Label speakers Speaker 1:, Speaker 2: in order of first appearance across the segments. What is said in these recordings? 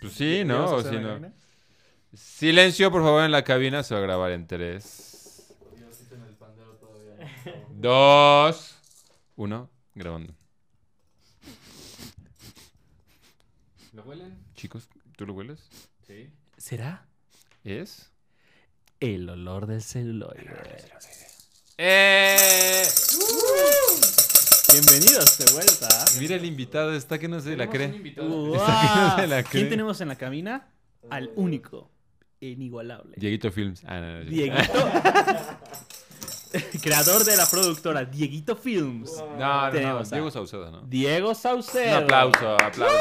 Speaker 1: Pues sí, ¿no? Si no. Silencio, por favor, en la cabina. Se va a grabar en tres. Dos. Uno. Grabando.
Speaker 2: ¿Lo huelen?
Speaker 1: Chicos, ¿tú lo hueles?
Speaker 2: Sí.
Speaker 3: ¿Será?
Speaker 1: ¿Es?
Speaker 3: El olor del celuloide.
Speaker 1: ¡Eh!
Speaker 4: Bienvenidos de vuelta.
Speaker 5: ¿eh?
Speaker 1: Mira el invitado, está que no se la cree.
Speaker 4: Wow.
Speaker 1: Esa que no se la cree.
Speaker 4: ¿Quién tenemos en la cabina? Al único, e inigualable.
Speaker 1: Dieguito Films. Ah, no, no, no.
Speaker 4: Dieguito. Creador de la productora Dieguito Films.
Speaker 1: No, no, no.
Speaker 4: Tenemos a-
Speaker 1: Diego Saucedo, ¿no?
Speaker 4: Diego
Speaker 1: Un
Speaker 4: Saucedo.
Speaker 1: aplauso, aplauso.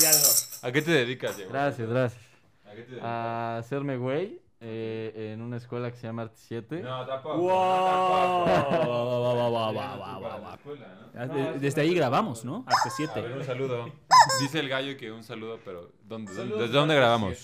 Speaker 4: Y algo.
Speaker 1: ¿A qué te dedicas, Diego?
Speaker 2: Gracias, gracias.
Speaker 1: ¿A qué te dedicas?
Speaker 3: Ah,
Speaker 2: A hacerme güey eh, en una escuela que se llama Arte 7.
Speaker 1: No, tampoco.
Speaker 4: Wow.
Speaker 1: No, tampoco.
Speaker 4: Ah, de- Desde ahí grabamos, ¿no? Arte
Speaker 1: A ver, un
Speaker 4: 7.
Speaker 1: saludo. Dice el gallo que un saludo, pero ¿dónde, dónde- ¿desde dónde grabamos?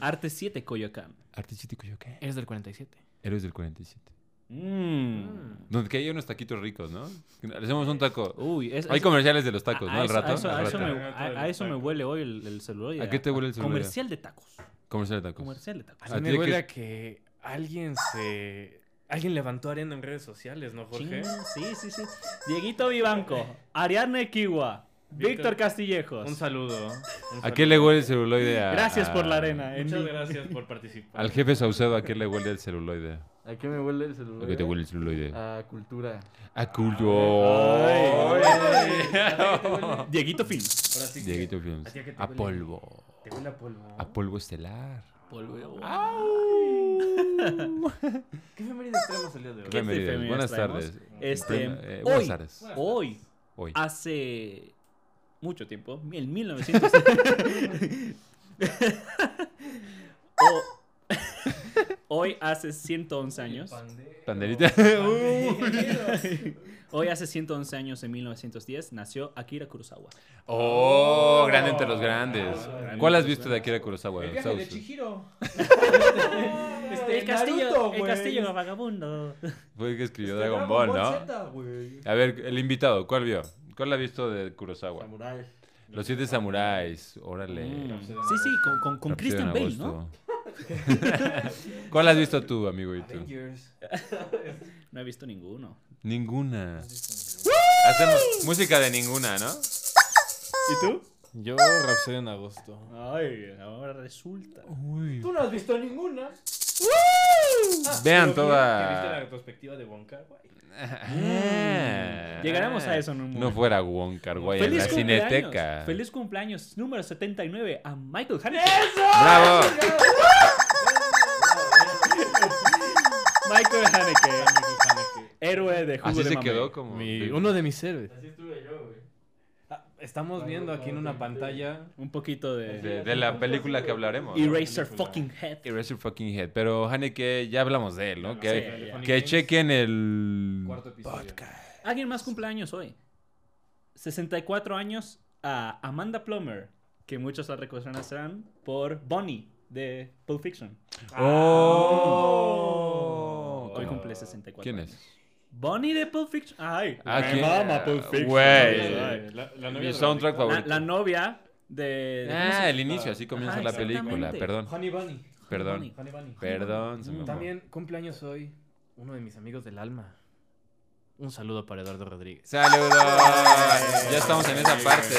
Speaker 4: Arte 7, Coyoacán.
Speaker 1: Artístico yo qué?
Speaker 3: Eres del 47.
Speaker 1: Héroes del 47.
Speaker 4: Mm.
Speaker 1: Donde que hay unos taquitos ricos, ¿no? Le hacemos un taco.
Speaker 4: Uy, es,
Speaker 1: Hay
Speaker 4: es-
Speaker 1: comerciales de los
Speaker 4: a-
Speaker 1: tacos,
Speaker 4: a
Speaker 1: ¿no? Al
Speaker 4: eso-
Speaker 1: rato.
Speaker 4: A eso, a
Speaker 1: al
Speaker 4: eso
Speaker 1: rato.
Speaker 4: me, a- a eso me huele hoy el, el celular.
Speaker 1: ¿A qué te huele el celular?
Speaker 4: Comercial de tacos.
Speaker 1: Comercial de tacos.
Speaker 4: Comercial de tacos.
Speaker 1: A
Speaker 5: A
Speaker 1: ti
Speaker 5: mí me
Speaker 1: de
Speaker 5: huele
Speaker 1: qué-
Speaker 5: a que alguien se... Alguien levantó arena en redes sociales, ¿no, Jorge?
Speaker 4: Chin, Sí, sí, sí. Dieguito Vivanco, Ariadne Kiwa, Víctor
Speaker 5: Víctor-
Speaker 4: Castillejos.
Speaker 5: Un saludo. un
Speaker 1: ¿A qué le huele el celuloide? A-
Speaker 4: Gracias por la
Speaker 1: a-
Speaker 4: arena. En
Speaker 5: Muchas
Speaker 4: mi-
Speaker 5: gracias por participar.
Speaker 1: Al jefe Saucedo, ¿a qué le huele el celuloide?
Speaker 5: ¿A qué me huele el
Speaker 1: ¿A
Speaker 5: celular?
Speaker 1: qué te huele el celuloide?
Speaker 4: Ah.
Speaker 5: A cultura.
Speaker 1: A culo.
Speaker 4: Dieguito Film.
Speaker 5: Ahora sí que-
Speaker 1: Dieguito Films.
Speaker 5: ¿A ti a qué te
Speaker 1: A
Speaker 5: huele?
Speaker 1: polvo.
Speaker 5: Te huele a polvo.
Speaker 1: A polvo estelar.
Speaker 4: Ah.
Speaker 5: ¿Qué efemérides tenemos el día de hoy?
Speaker 4: ¿Qué
Speaker 1: Efemérides,
Speaker 4: efemérides
Speaker 1: Buenas
Speaker 4: traemos?
Speaker 1: tardes.
Speaker 4: Este,
Speaker 1: Eh,
Speaker 4: hoy,
Speaker 1: buenas tardes.
Speaker 4: hoy,
Speaker 1: Hoy.
Speaker 4: hace mucho tiempo, en 1900. O- hoy hace 111 años.
Speaker 1: Panderita.
Speaker 4: Hoy hace 111 años, en 1910, nació Akira Kurosawa.
Speaker 1: Oh, grande entre los grandes. ¿Cuál has visto de Akira Kurosawa? Sauce?
Speaker 5: Este,
Speaker 4: el castillo, el
Speaker 5: pues.
Speaker 4: castillo vagabundo.
Speaker 1: Fue el que escribió Dragon Ball, ¿no? A ver, el invitado, ¿cuál vio? ¿Cuál ha visto de Kurosawa? Los siete samuráis, órale.
Speaker 4: Mm. Sí, sí, con, con, con
Speaker 1: Captura
Speaker 4: Christian
Speaker 1: en
Speaker 4: Bale, ¿no?
Speaker 1: agosto. ¿Cuál has visto tú, amigo? Y tú?
Speaker 4: No he visto ninguno.
Speaker 1: Ninguna. Hacemos música de ninguna, ¿no?
Speaker 4: ¿Y tú?
Speaker 5: Yo rapsé en agosto.
Speaker 4: Ay, ahora resulta.
Speaker 5: Tú no has visto ninguna.
Speaker 4: Ah,
Speaker 1: Vean
Speaker 5: ¿Te viste la
Speaker 1: toda.
Speaker 5: retrospectiva de Wonka? Guay.
Speaker 1: Ah.
Speaker 4: Llegaremos a eso en un
Speaker 1: No
Speaker 4: momento.
Speaker 1: fuera Wonka, güey, en la
Speaker 4: cumpleaños.
Speaker 1: cineteca.
Speaker 4: Feliz cumpleaños número 79 a Michael Haneke.
Speaker 1: ¡Bravo!
Speaker 4: Michael Haneke. Héroe de jugo
Speaker 1: Así
Speaker 4: de
Speaker 1: se
Speaker 4: mamey.
Speaker 1: quedó como.
Speaker 5: Mi- uno de mis héroes. Así estuve yo, güey. "Ah, Estamos viendo aquí en una pantalla.
Speaker 4: Un poquito de
Speaker 1: De, de la película que hablaremos. ¿no?
Speaker 4: Eraser fucking head.
Speaker 1: Eraser fucking Head. Pero Haneke, ya hablamos de él, ¿no?
Speaker 4: sí,
Speaker 1: Que,
Speaker 5: Funny
Speaker 1: que
Speaker 5: Games,
Speaker 1: chequen el.
Speaker 5: Cuarto episodio.
Speaker 4: ¿Alguien más cumpleaños hoy? 64 años a Amanda Plummer, que muchos la reconocerán por Bonnie de Pulp Fiction.
Speaker 1: ¡Oh!
Speaker 4: Hoy cumple 64.
Speaker 1: ¿Quién
Speaker 4: años.
Speaker 1: es?
Speaker 4: Bonnie de Pulp Fiction. Ay,
Speaker 1: Ah,
Speaker 4: me
Speaker 1: ¿quién?
Speaker 4: mama Pulp Fiction.
Speaker 1: Güey.
Speaker 5: La, la novia
Speaker 1: Mi
Speaker 5: de
Speaker 1: soundtrack
Speaker 5: Rodrigo.
Speaker 4: La,
Speaker 1: favorito.
Speaker 4: la novia de. de- ¿cómo
Speaker 1: Ah,
Speaker 4: se-
Speaker 1: el inicio, así comienza
Speaker 4: Ajá,
Speaker 1: la película.
Speaker 4: exactamente.
Speaker 1: Perdón,
Speaker 5: Honey Bunny.
Speaker 1: perdón,
Speaker 4: Bunny.
Speaker 5: Honey Bunny.
Speaker 1: perdón.
Speaker 4: Mm.
Speaker 1: se me fue.
Speaker 5: También cumpleaños hoy. Uno de mis amigos del alma. Un saludo para Eduardo Rodríguez.
Speaker 1: Saludos. Ya estamos en esa parte.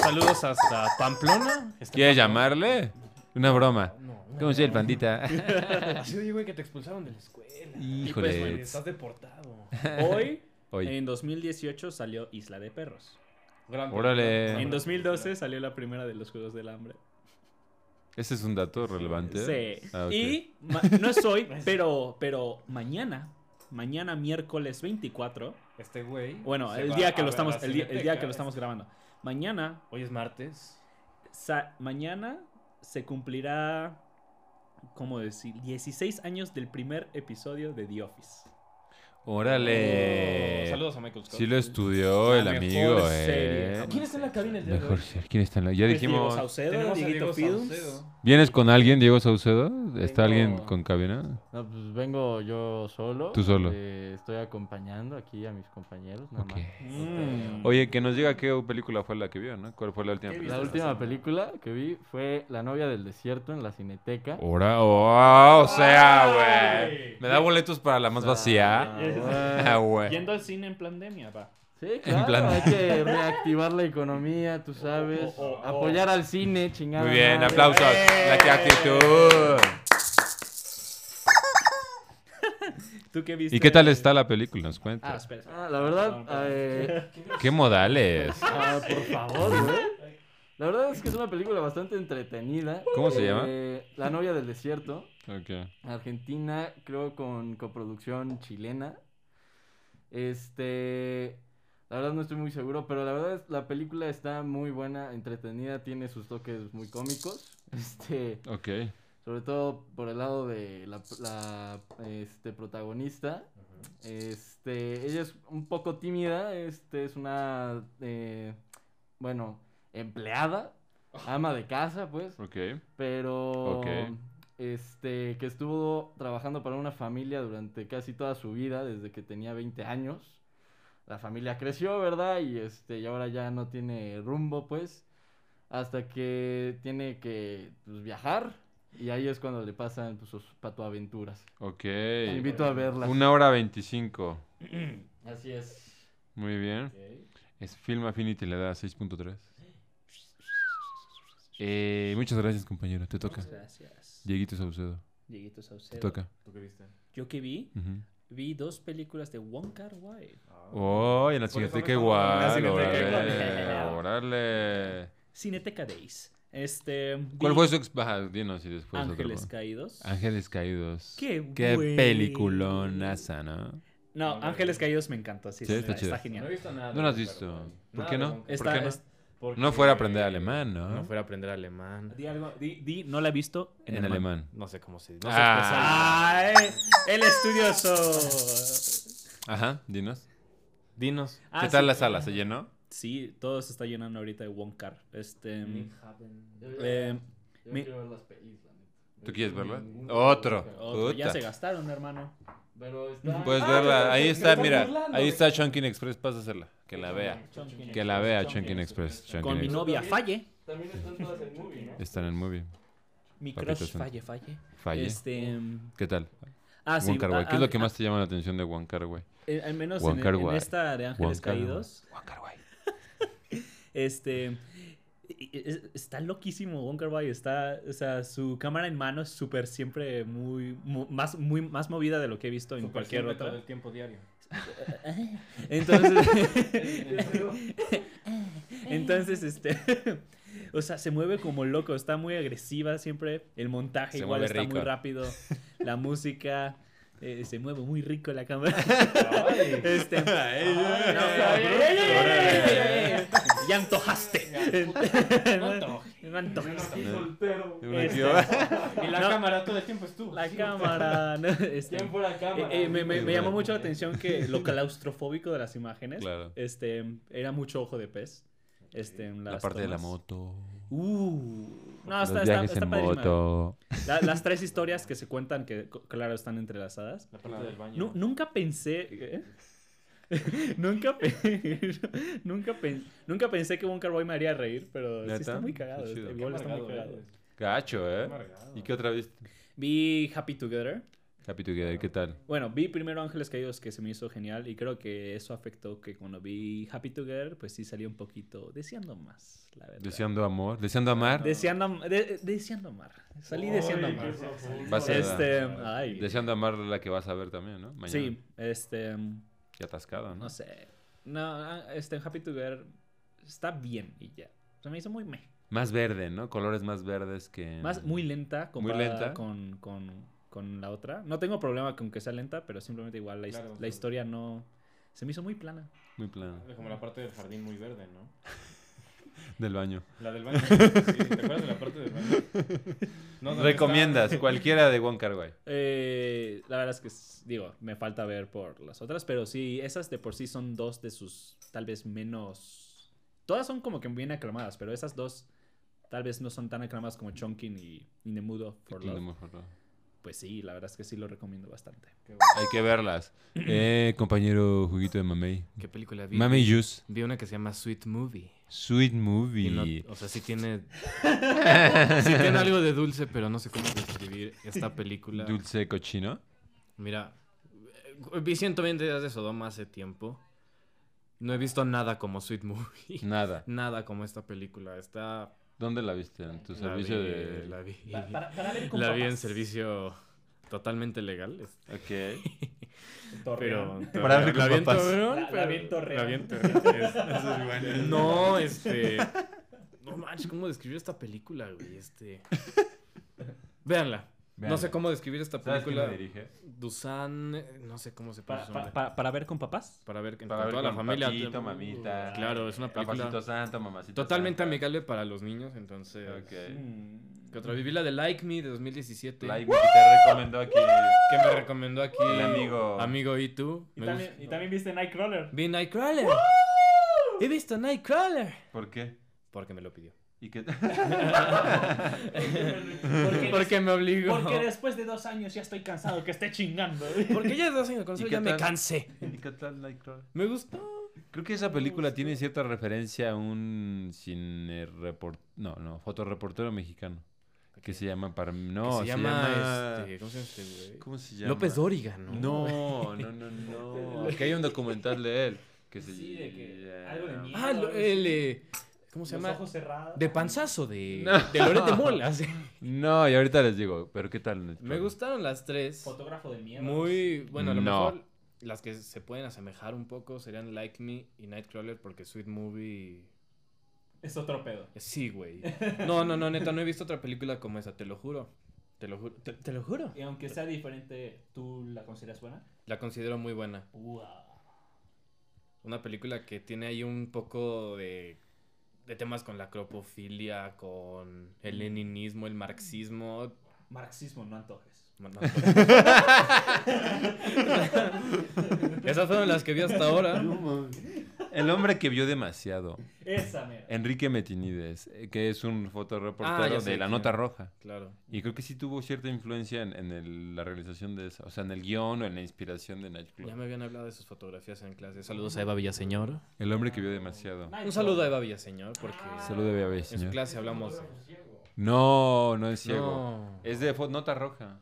Speaker 5: Saludos hasta Pamplona.
Speaker 1: ¿Quieres llamarle? Una broma.
Speaker 5: No,
Speaker 1: ¿Cómo se el pandita?
Speaker 5: Así digo que te expulsaron de la escuela. Pues,
Speaker 1: Híjole.
Speaker 5: güey, Estás deportado.
Speaker 4: pues, Hoy,
Speaker 1: Hoy.
Speaker 4: en 2018, salió Isla de Perros.
Speaker 5: Gran
Speaker 1: Órale.
Speaker 4: En 2012 salió la primera de los Juegos del Hambre.
Speaker 1: Ese es un dato relevante.
Speaker 4: Sí.
Speaker 1: Ah, ok.
Speaker 4: Y ma- no es hoy, pero, pero mañana, mañana miércoles 24.
Speaker 5: Este güey.
Speaker 4: Bueno,
Speaker 5: se
Speaker 4: el
Speaker 5: va
Speaker 4: día que
Speaker 5: a
Speaker 4: lo
Speaker 5: ver a la
Speaker 4: estamos, el día, el día que
Speaker 5: Cineteca.
Speaker 4: lo estamos grabando. Mañana,
Speaker 5: Hoy es martes.
Speaker 4: sa- mañana se cumplirá, ¿cómo decir? 16 años del primer episodio de The Office.
Speaker 1: Órale.
Speaker 5: Oh, saludos a Michael Scott.
Speaker 1: Sí lo estudió
Speaker 4: La
Speaker 1: el amigo,
Speaker 4: mejor
Speaker 1: eh.
Speaker 4: serie.
Speaker 5: ¿Quién está en la cabina el día de
Speaker 1: Mejor
Speaker 5: hoy?
Speaker 1: ser. ¿Quién está en la.? Ya
Speaker 4: Pues Diego
Speaker 1: dijimos.
Speaker 4: Saucedo, Dieguito Fields.
Speaker 5: Saucedo.
Speaker 1: ¿Vienes con alguien, Diego Saucedo? ¿Está alguien
Speaker 2: Tengo-
Speaker 1: con cabina?
Speaker 2: No, pues vengo yo solo.
Speaker 1: Tú solo.
Speaker 2: eh, estoy acompañando aquí a mis compañeros, nada
Speaker 1: Ok.
Speaker 2: más.
Speaker 4: Mm.
Speaker 1: Oye, que nos diga qué película fue la que vio, ¿no? ¿Cuál fue la última
Speaker 4: ¿Qué
Speaker 1: película?
Speaker 2: Este, La
Speaker 4: viste
Speaker 2: última película que vi fue La novia del desierto en la Cineteca.
Speaker 1: Ahora, oh, o sea,
Speaker 4: Ay.
Speaker 1: güey. Me da boletos para la más vacía. Ah,
Speaker 2: Ah,
Speaker 1: güey.
Speaker 4: Yendo al cine en pandemia, va.
Speaker 2: Sí, claro,
Speaker 1: plan-
Speaker 2: hay que reactivar la economía, tú sabes.
Speaker 4: o- o-
Speaker 2: Apoyar al cine, chingada.
Speaker 1: Muy bien,
Speaker 2: madre.
Speaker 1: aplausos. La que actitud.
Speaker 4: ¿Tú qué viste?
Speaker 1: ¿Y qué tal está la película? Nos
Speaker 4: Ah,
Speaker 1: cuenta.
Speaker 4: espera. espera.
Speaker 2: Ah, la verdad,
Speaker 4: Perdón, perdón.
Speaker 2: eh,
Speaker 1: ¿Qué modales?
Speaker 2: ah, por favor, güey. La verdad es que es una película bastante entretenida.
Speaker 1: ¿Cómo se llama?
Speaker 2: Eh, la novia del desierto.
Speaker 1: Ok.
Speaker 2: Argentina, creo con coproducción chilena. Este, la verdad no estoy muy seguro, pero la verdad es la película está muy buena, entretenida, tiene sus toques muy cómicos. Este,
Speaker 1: Ok.
Speaker 2: sobre todo por el lado de la, la, este, protagonista. Este, ella es un poco tímida, este, es una, eh, bueno, empleada, ama de casa, pues
Speaker 1: Ok.
Speaker 2: pero
Speaker 1: Ok.
Speaker 2: este que estuvo trabajando para una familia durante casi toda su vida desde que tenía 20 años la familia creció verdad y este y ahora ya no tiene rumbo pues hasta que tiene que pues, viajar y ahí es cuando le pasan pues, sus patoaventuras
Speaker 1: Ok.
Speaker 2: te invito a verla
Speaker 1: Una hora veinticinco.
Speaker 2: así es
Speaker 1: Muy bien. Es Film Affinity, le da 6.3. Eh, muchas gracias, compañero. Te toca.
Speaker 4: Muchas Gracias.
Speaker 1: Dieguito Saucedo.
Speaker 4: Dieguito Saucedo.
Speaker 1: Te toca.
Speaker 5: ¿Tú qué viste?
Speaker 4: Yo que vi,
Speaker 1: Ujú.
Speaker 4: vi dos películas de Wong Kar Wai.
Speaker 1: Oh, y en la
Speaker 5: Por eso
Speaker 1: siguiente
Speaker 5: me
Speaker 1: que
Speaker 5: estamos-
Speaker 1: igual.
Speaker 5: La
Speaker 4: Cineteca
Speaker 1: Órale.
Speaker 4: igual.
Speaker 1: órale.
Speaker 4: Cineteca Days. Este.
Speaker 1: ¿Cuál
Speaker 4: vi
Speaker 1: fue su ex? Baja, dinos y después otro.
Speaker 4: Ángeles Caídos.
Speaker 1: Ángeles Caídos.
Speaker 4: Qué güey.
Speaker 1: peliculonaza, ¿no?
Speaker 4: No,
Speaker 5: No, no,
Speaker 4: Ángeles
Speaker 5: no.
Speaker 4: Caídos me encantó. Sí,
Speaker 1: Sí,
Speaker 4: está,
Speaker 1: está chido.
Speaker 4: está
Speaker 5: No he
Speaker 4: genial.
Speaker 5: visto nada.
Speaker 1: No lo has visto.
Speaker 2: eh,
Speaker 1: ¿Por qué no? ¿Por
Speaker 4: Está,
Speaker 1: qué no?
Speaker 4: es-
Speaker 1: No fuera a aprender alemán, ¿no?
Speaker 5: No fuera a aprender alemán.
Speaker 4: di algo, di, di, no la he visto en,
Speaker 1: En, alemán.
Speaker 5: No sé cómo se dice. No
Speaker 1: Ah.
Speaker 5: sé
Speaker 4: ¡Ah! eh, ¡El estudioso!
Speaker 1: Ajá, dinos.
Speaker 5: expresar. Dinos.
Speaker 4: Ah,
Speaker 1: ¿Qué tal
Speaker 4: sí.
Speaker 1: la sala? ¿Se llenó?
Speaker 4: Sí, todo se está llenando ahorita de Wong Kar. Este.
Speaker 1: Mm.
Speaker 2: eh,
Speaker 4: eh, mi-
Speaker 2: quiero ver las pelis, la neta.
Speaker 1: ¿Tú quieres verla?
Speaker 2: Ninguna
Speaker 1: Otro.
Speaker 2: nunca.
Speaker 4: otro, ya
Speaker 1: Puta.
Speaker 4: se gastaron, hermano.
Speaker 2: pero está
Speaker 1: Puedes
Speaker 5: Ah,
Speaker 1: verla.
Speaker 5: pero
Speaker 1: Ahí
Speaker 5: te-
Speaker 1: está,
Speaker 5: te estás
Speaker 1: mira.
Speaker 5: burlando,
Speaker 1: Ahí
Speaker 5: güey.
Speaker 1: está Chunkin Express. Pásasela. Que la vea. Que la vea Chunkin Express.
Speaker 4: Con mi
Speaker 1: Chunkin Express.
Speaker 4: novia, falle.
Speaker 2: también están todas en movie no
Speaker 1: Está en el movie.
Speaker 4: Mi
Speaker 1: Papito
Speaker 4: crush,
Speaker 1: santo.
Speaker 4: falle, falle.
Speaker 1: Falle.
Speaker 4: Este. mm,
Speaker 1: ¿Qué tal?
Speaker 4: Ah, sí.
Speaker 1: Wong Kar Wai. ¿Qué es lo que
Speaker 4: ah,
Speaker 1: más te llama la atención de Wong Kar Wai?
Speaker 4: Eh, al menos
Speaker 1: Wong
Speaker 4: en,
Speaker 1: Kar
Speaker 4: en
Speaker 1: Wai.
Speaker 4: esta de Ángeles
Speaker 1: Kar Wai.
Speaker 4: Caídos. Este. y- y- es- Está loquísimo Wonka Wai. Está. O sea, su cámara en mano es súper siempre muy, mu- más, muy. más movida de lo que he visto en cualquier
Speaker 5: todo
Speaker 4: otra.
Speaker 5: el tiempo diario.
Speaker 4: Entonces. Entonces, este. O sea, se mueve como loco. Está muy agresiva siempre. El montaje
Speaker 1: Se
Speaker 4: igual
Speaker 1: mueve
Speaker 4: está muy
Speaker 1: rico.
Speaker 4: rápido. La música. eh, se mueve muy rico la cámara.
Speaker 5: Ay.
Speaker 4: Este.
Speaker 5: Ay,
Speaker 4: No,
Speaker 5: no, ay, ay, ay, ay, ay, ay, ay.
Speaker 4: ya antojaste.
Speaker 5: No
Speaker 4: No antojes.
Speaker 5: soltero.
Speaker 4: Este.
Speaker 5: Y la
Speaker 4: No.
Speaker 5: cámara todo el tiempo estuvo.
Speaker 4: La cámara. no, este,
Speaker 5: ¿Quién fuera
Speaker 4: eh,
Speaker 5: cámara?
Speaker 4: eh, me, me- me llamó mucho la atención que lo claustrofóbico de las imágenes.
Speaker 1: Claro.
Speaker 4: Este, era mucho ojo de pez. Este, en
Speaker 1: La
Speaker 4: las
Speaker 1: parte de la
Speaker 4: tomas.
Speaker 1: moto.
Speaker 4: Uh. No,
Speaker 1: Los
Speaker 4: está, está,
Speaker 1: viajes
Speaker 4: está
Speaker 1: en
Speaker 4: padrísima.
Speaker 1: moto.
Speaker 4: La- las tres historias que se cuentan, que co- claro, están entrelazadas.
Speaker 5: La parte del baño.
Speaker 4: Nu- nunca pensé. ¿eh? nunca, pe- nunca, pen- nunca pensé que Wong Kar Wai me haría reír, pero sí
Speaker 1: ¿Neta?
Speaker 4: está muy
Speaker 1: Qué
Speaker 4: cagado.
Speaker 1: chido.
Speaker 4: El
Speaker 1: Qué
Speaker 4: gol está muy
Speaker 5: Amargado
Speaker 4: cagado.
Speaker 5: eres.
Speaker 1: Gacho, ¿eh?
Speaker 5: Amargado.
Speaker 1: ¿Y qué otra viste?
Speaker 4: Vi Happy Together.
Speaker 1: Happy Together, ¿qué tal?
Speaker 4: Bueno, vi primero Ángeles Caídos, que se me hizo genial, y creo que eso afectó que cuando vi Happy Together, pues sí salí un poquito deseando más, la verdad.
Speaker 1: Deseando amor, deseando amar,
Speaker 4: Deseando, de- deseando amar. Salí deseando
Speaker 5: Ay,
Speaker 4: amar.
Speaker 5: qué profundo.
Speaker 1: Vas a-
Speaker 4: Este, ay.
Speaker 1: deseando amar la que vas a ver también, ¿no? Mañana.
Speaker 4: Sí, este.
Speaker 1: Y atascado, ¿no?
Speaker 4: No sé. No, este Happy Together está bien y ya. Se me hizo muy meh.
Speaker 1: Más verde, ¿no? Colores más verdes que...
Speaker 4: Más muy lenta
Speaker 1: Muy
Speaker 4: comparada
Speaker 1: lenta.
Speaker 4: Con, con- con la otra. No tengo problema con que sea lenta, pero simplemente igual la, his-
Speaker 5: Claro, sí.
Speaker 4: la historia no... Se me hizo muy plana.
Speaker 1: Muy plano.
Speaker 5: Como la parte del jardín muy verde, ¿no?
Speaker 1: Del baño.
Speaker 6: La del baño. Sí, ¿Te acuerdas de la parte del baño? No, no,
Speaker 1: ¿Recomiendas
Speaker 6: está-
Speaker 1: cualquiera de Wong Kar Wai?
Speaker 4: Eh, la verdad es que, s- digo, me falta ver por las otras, pero sí, esas de por sí son dos de sus tal vez menos... Todas son como que bien aclamadas, pero esas dos tal vez no son tan aclamadas como Chonkin y Inemudo for Love. Pues sí, la verdad es que sí lo recomiendo bastante.
Speaker 1: Hay que verlas. Eh, compañero juguito de Mamey.
Speaker 5: ¿Qué película vi?
Speaker 1: Mamey Juice.
Speaker 5: Vi una que se llama Sweet Movie.
Speaker 1: Sweet
Speaker 5: Y no-
Speaker 1: Movie.
Speaker 5: o sea, sí tiene. sí tiene algo de dulce, pero no sé cómo describir esta película.
Speaker 1: Dulce cochino.
Speaker 5: Mira, eh, vi 120 días de Sodoma hace tiempo. No he visto nada como Sweet Movie.
Speaker 1: Nada.
Speaker 5: Nada como esta película. Está.
Speaker 1: ¿Dónde la viste? En tu
Speaker 5: la
Speaker 1: servicio
Speaker 5: vi-
Speaker 1: de.
Speaker 5: La vi,
Speaker 4: para ver
Speaker 5: la vi en servicio totalmente legal. es-
Speaker 1: Ok.
Speaker 5: Pero.
Speaker 1: Para ver con
Speaker 5: la vi en
Speaker 1: papás.
Speaker 5: Torreón,
Speaker 4: La- la
Speaker 5: pero-
Speaker 4: vi en Torreón.
Speaker 5: la vi en Torreón, es- No, este. No manches, ¿cómo describir esta película, güey? Este. Véanla. No
Speaker 1: Véanla.
Speaker 5: sé cómo describir esta
Speaker 1: ¿Sabes quién
Speaker 5: película.
Speaker 1: la dirige?
Speaker 5: Dusan, eh, no sé cómo se
Speaker 4: Para,
Speaker 5: pronuncia. su nombre.
Speaker 4: para, para- para ver con papás.
Speaker 5: Para ver que
Speaker 1: Para ver
Speaker 5: toda la
Speaker 1: con
Speaker 5: familia.
Speaker 1: papito, mamita.
Speaker 5: Claro, es una
Speaker 1: Papacito
Speaker 5: película
Speaker 1: Santo, mamacito
Speaker 5: totalmente
Speaker 1: Santo.
Speaker 5: amigable para los niños, entonces.
Speaker 1: Ok.
Speaker 4: Mm.
Speaker 5: Que Mm. otra viví la de Like Me de 2017.
Speaker 1: Like me, que te recomendó aquí
Speaker 5: Que me recomendó aquí
Speaker 1: el amigo.
Speaker 5: Amigo y tú.
Speaker 6: Y también, y también viste Nightcrawler.
Speaker 5: Vi Nightcrawler. He visto Nightcrawler.
Speaker 1: ¿Por qué?
Speaker 5: Porque me lo pidió.
Speaker 1: ¿Y qué?
Speaker 6: Porque,
Speaker 5: Porque me obligó.
Speaker 6: porque después de dos años ya estoy cansado que esté chingando.
Speaker 5: Porque ya dos años de
Speaker 1: ¿Y
Speaker 5: conocer,
Speaker 1: qué
Speaker 5: ya me
Speaker 1: tal?
Speaker 5: cansé.
Speaker 1: ¿Y qué tal Nightcrawler?
Speaker 5: Me gustó.
Speaker 1: Creo que esa película tiene cierta referencia a un cine no, no, fotoreportero mexicano que se llama Par- no,
Speaker 5: se, llama, este, ¿Cómo se llama este güey?
Speaker 1: ¿Cómo se llama?
Speaker 5: López Dóriga, ¿no?
Speaker 1: No, no, no, no. que hay un documental de él que se
Speaker 6: Sí, de que algo de miedo.
Speaker 5: Ah, lo- el. eh, ¿Cómo se
Speaker 6: Los
Speaker 5: llama?
Speaker 6: ojos cerrados.
Speaker 5: De panzazo, de,
Speaker 1: No.
Speaker 5: de Loret de Mola. sí.
Speaker 1: No, y ahorita les digo, pero ¿qué tal?
Speaker 5: Me
Speaker 1: Nightcrawler?
Speaker 5: gustaron las tres.
Speaker 6: Fotógrafo de miedo.
Speaker 5: Muy, bueno, a lo
Speaker 1: No.
Speaker 5: mejor las que se pueden asemejar un poco serían Like Me y Nightcrawler porque Sweet Movie...
Speaker 6: Es otro pedo.
Speaker 5: Sí, güey. No, no, no, neta, no he visto otra película como esa, te lo juro. Te lo juro. Te, te lo juro.
Speaker 6: Y aunque sea diferente, ¿tú la consideras buena?
Speaker 5: La considero muy buena.
Speaker 6: Wow.
Speaker 5: Una película que tiene ahí un poco de, de temas con la acropofilia, con el leninismo, el marxismo.
Speaker 6: Marxismo, no antojes.
Speaker 5: No, no. Esas fueron las que vi hasta ahora.
Speaker 1: El hombre que vio demasiado,
Speaker 6: Esa mera.
Speaker 1: Enrique Metinides, eh, que es un
Speaker 5: Ah,
Speaker 1: fotoreportero
Speaker 5: ya sé
Speaker 1: de La
Speaker 5: quién.
Speaker 1: Nota Roja.
Speaker 5: Claro.
Speaker 1: Y creo que sí tuvo cierta influencia en, en el- la realización de esa, o sea, en el guión o en la inspiración de
Speaker 5: Ya
Speaker 1: Nightcrawler.
Speaker 5: me habían hablado de sus fotografías en clase. Saludos a Eva Villaseñor.
Speaker 1: El hombre que vio demasiado.
Speaker 6: Nightcrawler.
Speaker 5: Un saludo a Eva Villaseñor porque
Speaker 1: Saludo de
Speaker 5: en su clase hablamos de...
Speaker 1: No, no es ciego. Eh,
Speaker 5: No, Ah,
Speaker 1: Es de fo- nota roja.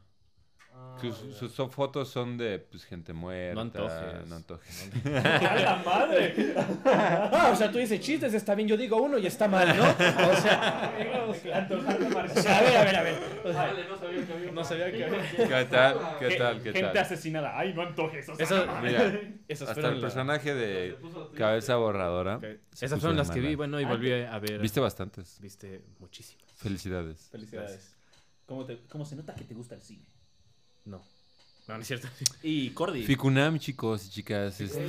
Speaker 1: Sus, sus so- fotos son de pues, gente muerta.
Speaker 5: no antojes.
Speaker 1: No antojes.
Speaker 6: ¡A la madre!
Speaker 5: Ah, o sea, tú dices chistes, está bien, yo digo uno y está mal, ¿no? O sea,
Speaker 6: Antojate
Speaker 5: o sea, a
Speaker 6: marxista.
Speaker 5: ver, a ver, a ver. O sea,
Speaker 2: no sabía que había
Speaker 5: no sabía que
Speaker 1: ¿Qué tal? ¿Qué tal? ¿Qué
Speaker 6: Gente
Speaker 1: tal?
Speaker 6: asesinada. ¡Ay, no antojes! O sea,
Speaker 5: Eso,
Speaker 1: Mira,
Speaker 5: esas
Speaker 1: hasta
Speaker 5: fueron
Speaker 1: el
Speaker 5: la-
Speaker 1: personaje de Cabeza Borradora. se
Speaker 5: Esas
Speaker 1: puso
Speaker 5: fueron
Speaker 1: de
Speaker 5: las que vi,
Speaker 1: mala. Ah,
Speaker 5: bueno, y volví a ver.
Speaker 1: Viste bastantes.
Speaker 5: Viste muchísimas.
Speaker 1: Felicidades.
Speaker 4: Felicidades.
Speaker 6: ¿Cómo, te- cómo se nota que te gusta el cine?
Speaker 5: No. No, no es cierto.
Speaker 4: Y Cordy.
Speaker 1: Ficunam, chicos y chicas. Este...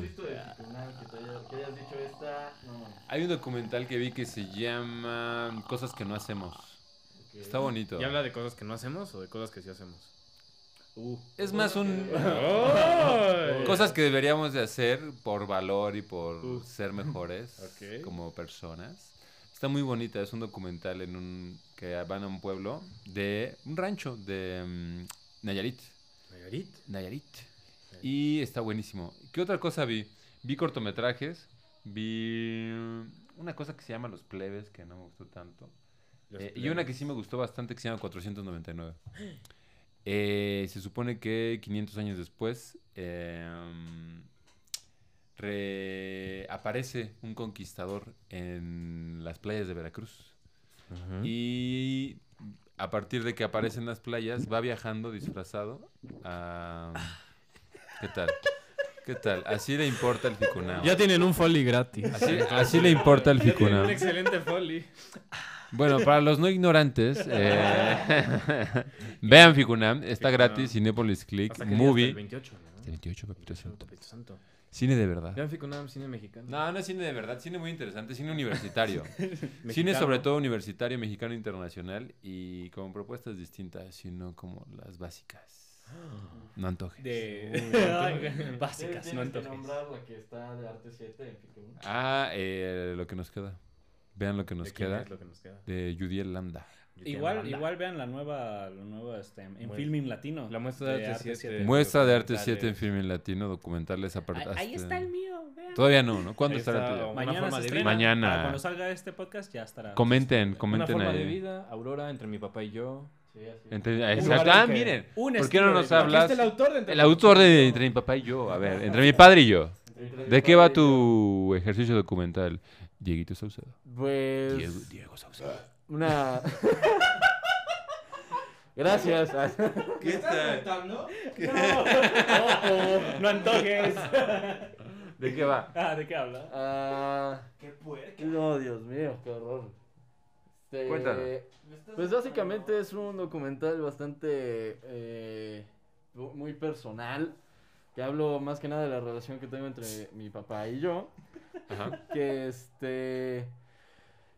Speaker 2: visto de Ficunam, que te haya- que hayas dicho esta. No, no.
Speaker 1: Hay un documental que vi que se llama Cosas que no hacemos. Está bonito.
Speaker 5: ¿Y habla de cosas que no hacemos o de cosas que sí hacemos?
Speaker 1: Es más un cosas que deberíamos de hacer por valor y por ser mejores
Speaker 5: Ok.
Speaker 1: como personas. Está muy bonita, es un documental en un que van a un pueblo de un rancho de mm, Nayarit.
Speaker 5: Margarit.
Speaker 1: Nayarit. Y está buenísimo. ¿Qué otra cosa vi? Vi cortometrajes, vi mm, una cosa que se llama Los Plebes, que no me gustó tanto.
Speaker 5: Los
Speaker 1: Eh, y
Speaker 5: Plebes.
Speaker 1: una que sí me gustó bastante que se llama 499. Eh, se supone que 500 años después em, reaparece un conquistador en las playas de Veracruz. Y a partir de que aparecen las playas, va viajando disfrazado a... ¿Qué tal? ¿Qué tal? Así le importa el ficunao.
Speaker 5: Ya tienen un folly gratis.
Speaker 1: Así, así le importa el ficunao.
Speaker 5: excelente folly.
Speaker 1: Bueno, para los no ignorantes, eh, vean Ficunam, está gratis, Cinépolis Click,
Speaker 5: Hasta que
Speaker 1: Movie.
Speaker 5: Movie. 28, ¿no?
Speaker 1: Hasta el 28, papito santo.
Speaker 5: Papito Santo.
Speaker 1: Cine de verdad.
Speaker 5: Ya me fui con un cine mexicano.
Speaker 1: No, no es cine de verdad, cine muy interesante, cine universitario. Cine
Speaker 5: Mexicano.
Speaker 1: sobre todo universitario, mexicano, internacional y con propuestas distintas, sino como las básicas. No antojes.
Speaker 4: De básicas, no
Speaker 2: Tienes que
Speaker 4: antojes.
Speaker 2: nombrar la que está de Arte 7 en Ficún.
Speaker 1: Ah, eh, lo que nos queda. Vean lo que nos
Speaker 5: ¿De quién
Speaker 1: queda.
Speaker 5: es lo que nos queda?
Speaker 1: De Judiel Lambda.
Speaker 4: Igual, igual vean la nueva, la nueva este, en
Speaker 5: Bueno.
Speaker 4: filming latino.
Speaker 5: La muestra de arte
Speaker 4: Arte
Speaker 5: 7.
Speaker 1: Muestra de Arte
Speaker 5: documentales.
Speaker 1: 7 en Filme Latino, documentales apartados.
Speaker 4: mío, vean.
Speaker 1: Todavía no, ¿no? ¿Cuándo
Speaker 5: Ahí
Speaker 1: estará el
Speaker 5: está.
Speaker 1: tuyo?
Speaker 5: Una
Speaker 4: Mañana
Speaker 5: forma
Speaker 4: se
Speaker 5: de
Speaker 4: estrena.
Speaker 1: vida. Mañana.
Speaker 4: Para cuando salga este podcast ya estará.
Speaker 1: Ah, Comenten,
Speaker 5: Una
Speaker 1: comenten
Speaker 5: forma de
Speaker 1: ahí.
Speaker 5: vida, Aurora, entre mi papá y yo.
Speaker 2: Sí, así.
Speaker 1: Entre- ah,
Speaker 5: Un
Speaker 1: exacto.
Speaker 5: lugar
Speaker 1: Ah,
Speaker 5: en que-
Speaker 1: miren. ¿Por
Speaker 4: Un
Speaker 1: qué
Speaker 4: estilo
Speaker 1: no
Speaker 4: de
Speaker 1: nos
Speaker 4: vida.
Speaker 1: hablas?
Speaker 5: Este es el autor de entre
Speaker 1: El
Speaker 5: mi papá
Speaker 1: autor
Speaker 5: y
Speaker 1: de
Speaker 5: yo.
Speaker 1: Entre mi papá y yo. A ver, entre mi padre y yo.
Speaker 2: Entre-
Speaker 1: ¿De qué va tu ejercicio documental, Dieguito Saucedo?
Speaker 2: Pues.
Speaker 1: Diego, Diego Saucedo.
Speaker 2: Una. Gracias.
Speaker 1: ¿Qué tal?
Speaker 4: No antojes.
Speaker 1: ¿De qué va?
Speaker 4: Ah, ¿de qué habla?
Speaker 2: ¡Qué puerca! No, Dios mío, qué horror. Este,
Speaker 1: Cuéntanos.
Speaker 2: Pues básicamente es un documental bastante. eh, mu- muy personal. Que hablo más que nada de la relación que tengo entre mi papá y yo.
Speaker 1: Ajá.
Speaker 2: que este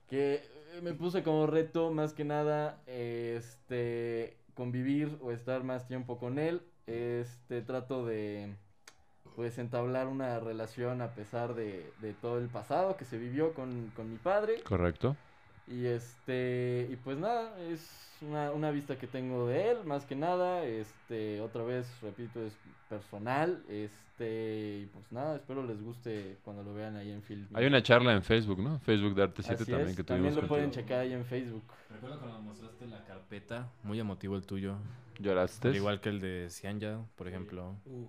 Speaker 2: que eh, me puse como reto más que nada este convivir o estar más tiempo con él este trato de pues entablar una relación a pesar de, de todo el pasado que se vivió con, con mi padre
Speaker 1: Correcto.
Speaker 2: y este y pues nada es una, una vista que tengo de él más que nada este otra vez repito es personal este y pues nada espero les guste cuando lo vean ahí en film
Speaker 1: Hay una charla en Facebook, ¿no? Facebook de Arte 7
Speaker 2: Así
Speaker 1: también
Speaker 2: es,
Speaker 1: que
Speaker 2: también
Speaker 1: tuvimos
Speaker 2: lo pueden
Speaker 1: contigo.
Speaker 2: checar ahí en Facebook.
Speaker 5: Recuerdo cuando me mostraste la carpeta, muy emotivo el tuyo.
Speaker 1: ¿Lloraste?
Speaker 5: Al igual que el de Cianya, por ejemplo.
Speaker 4: Uh,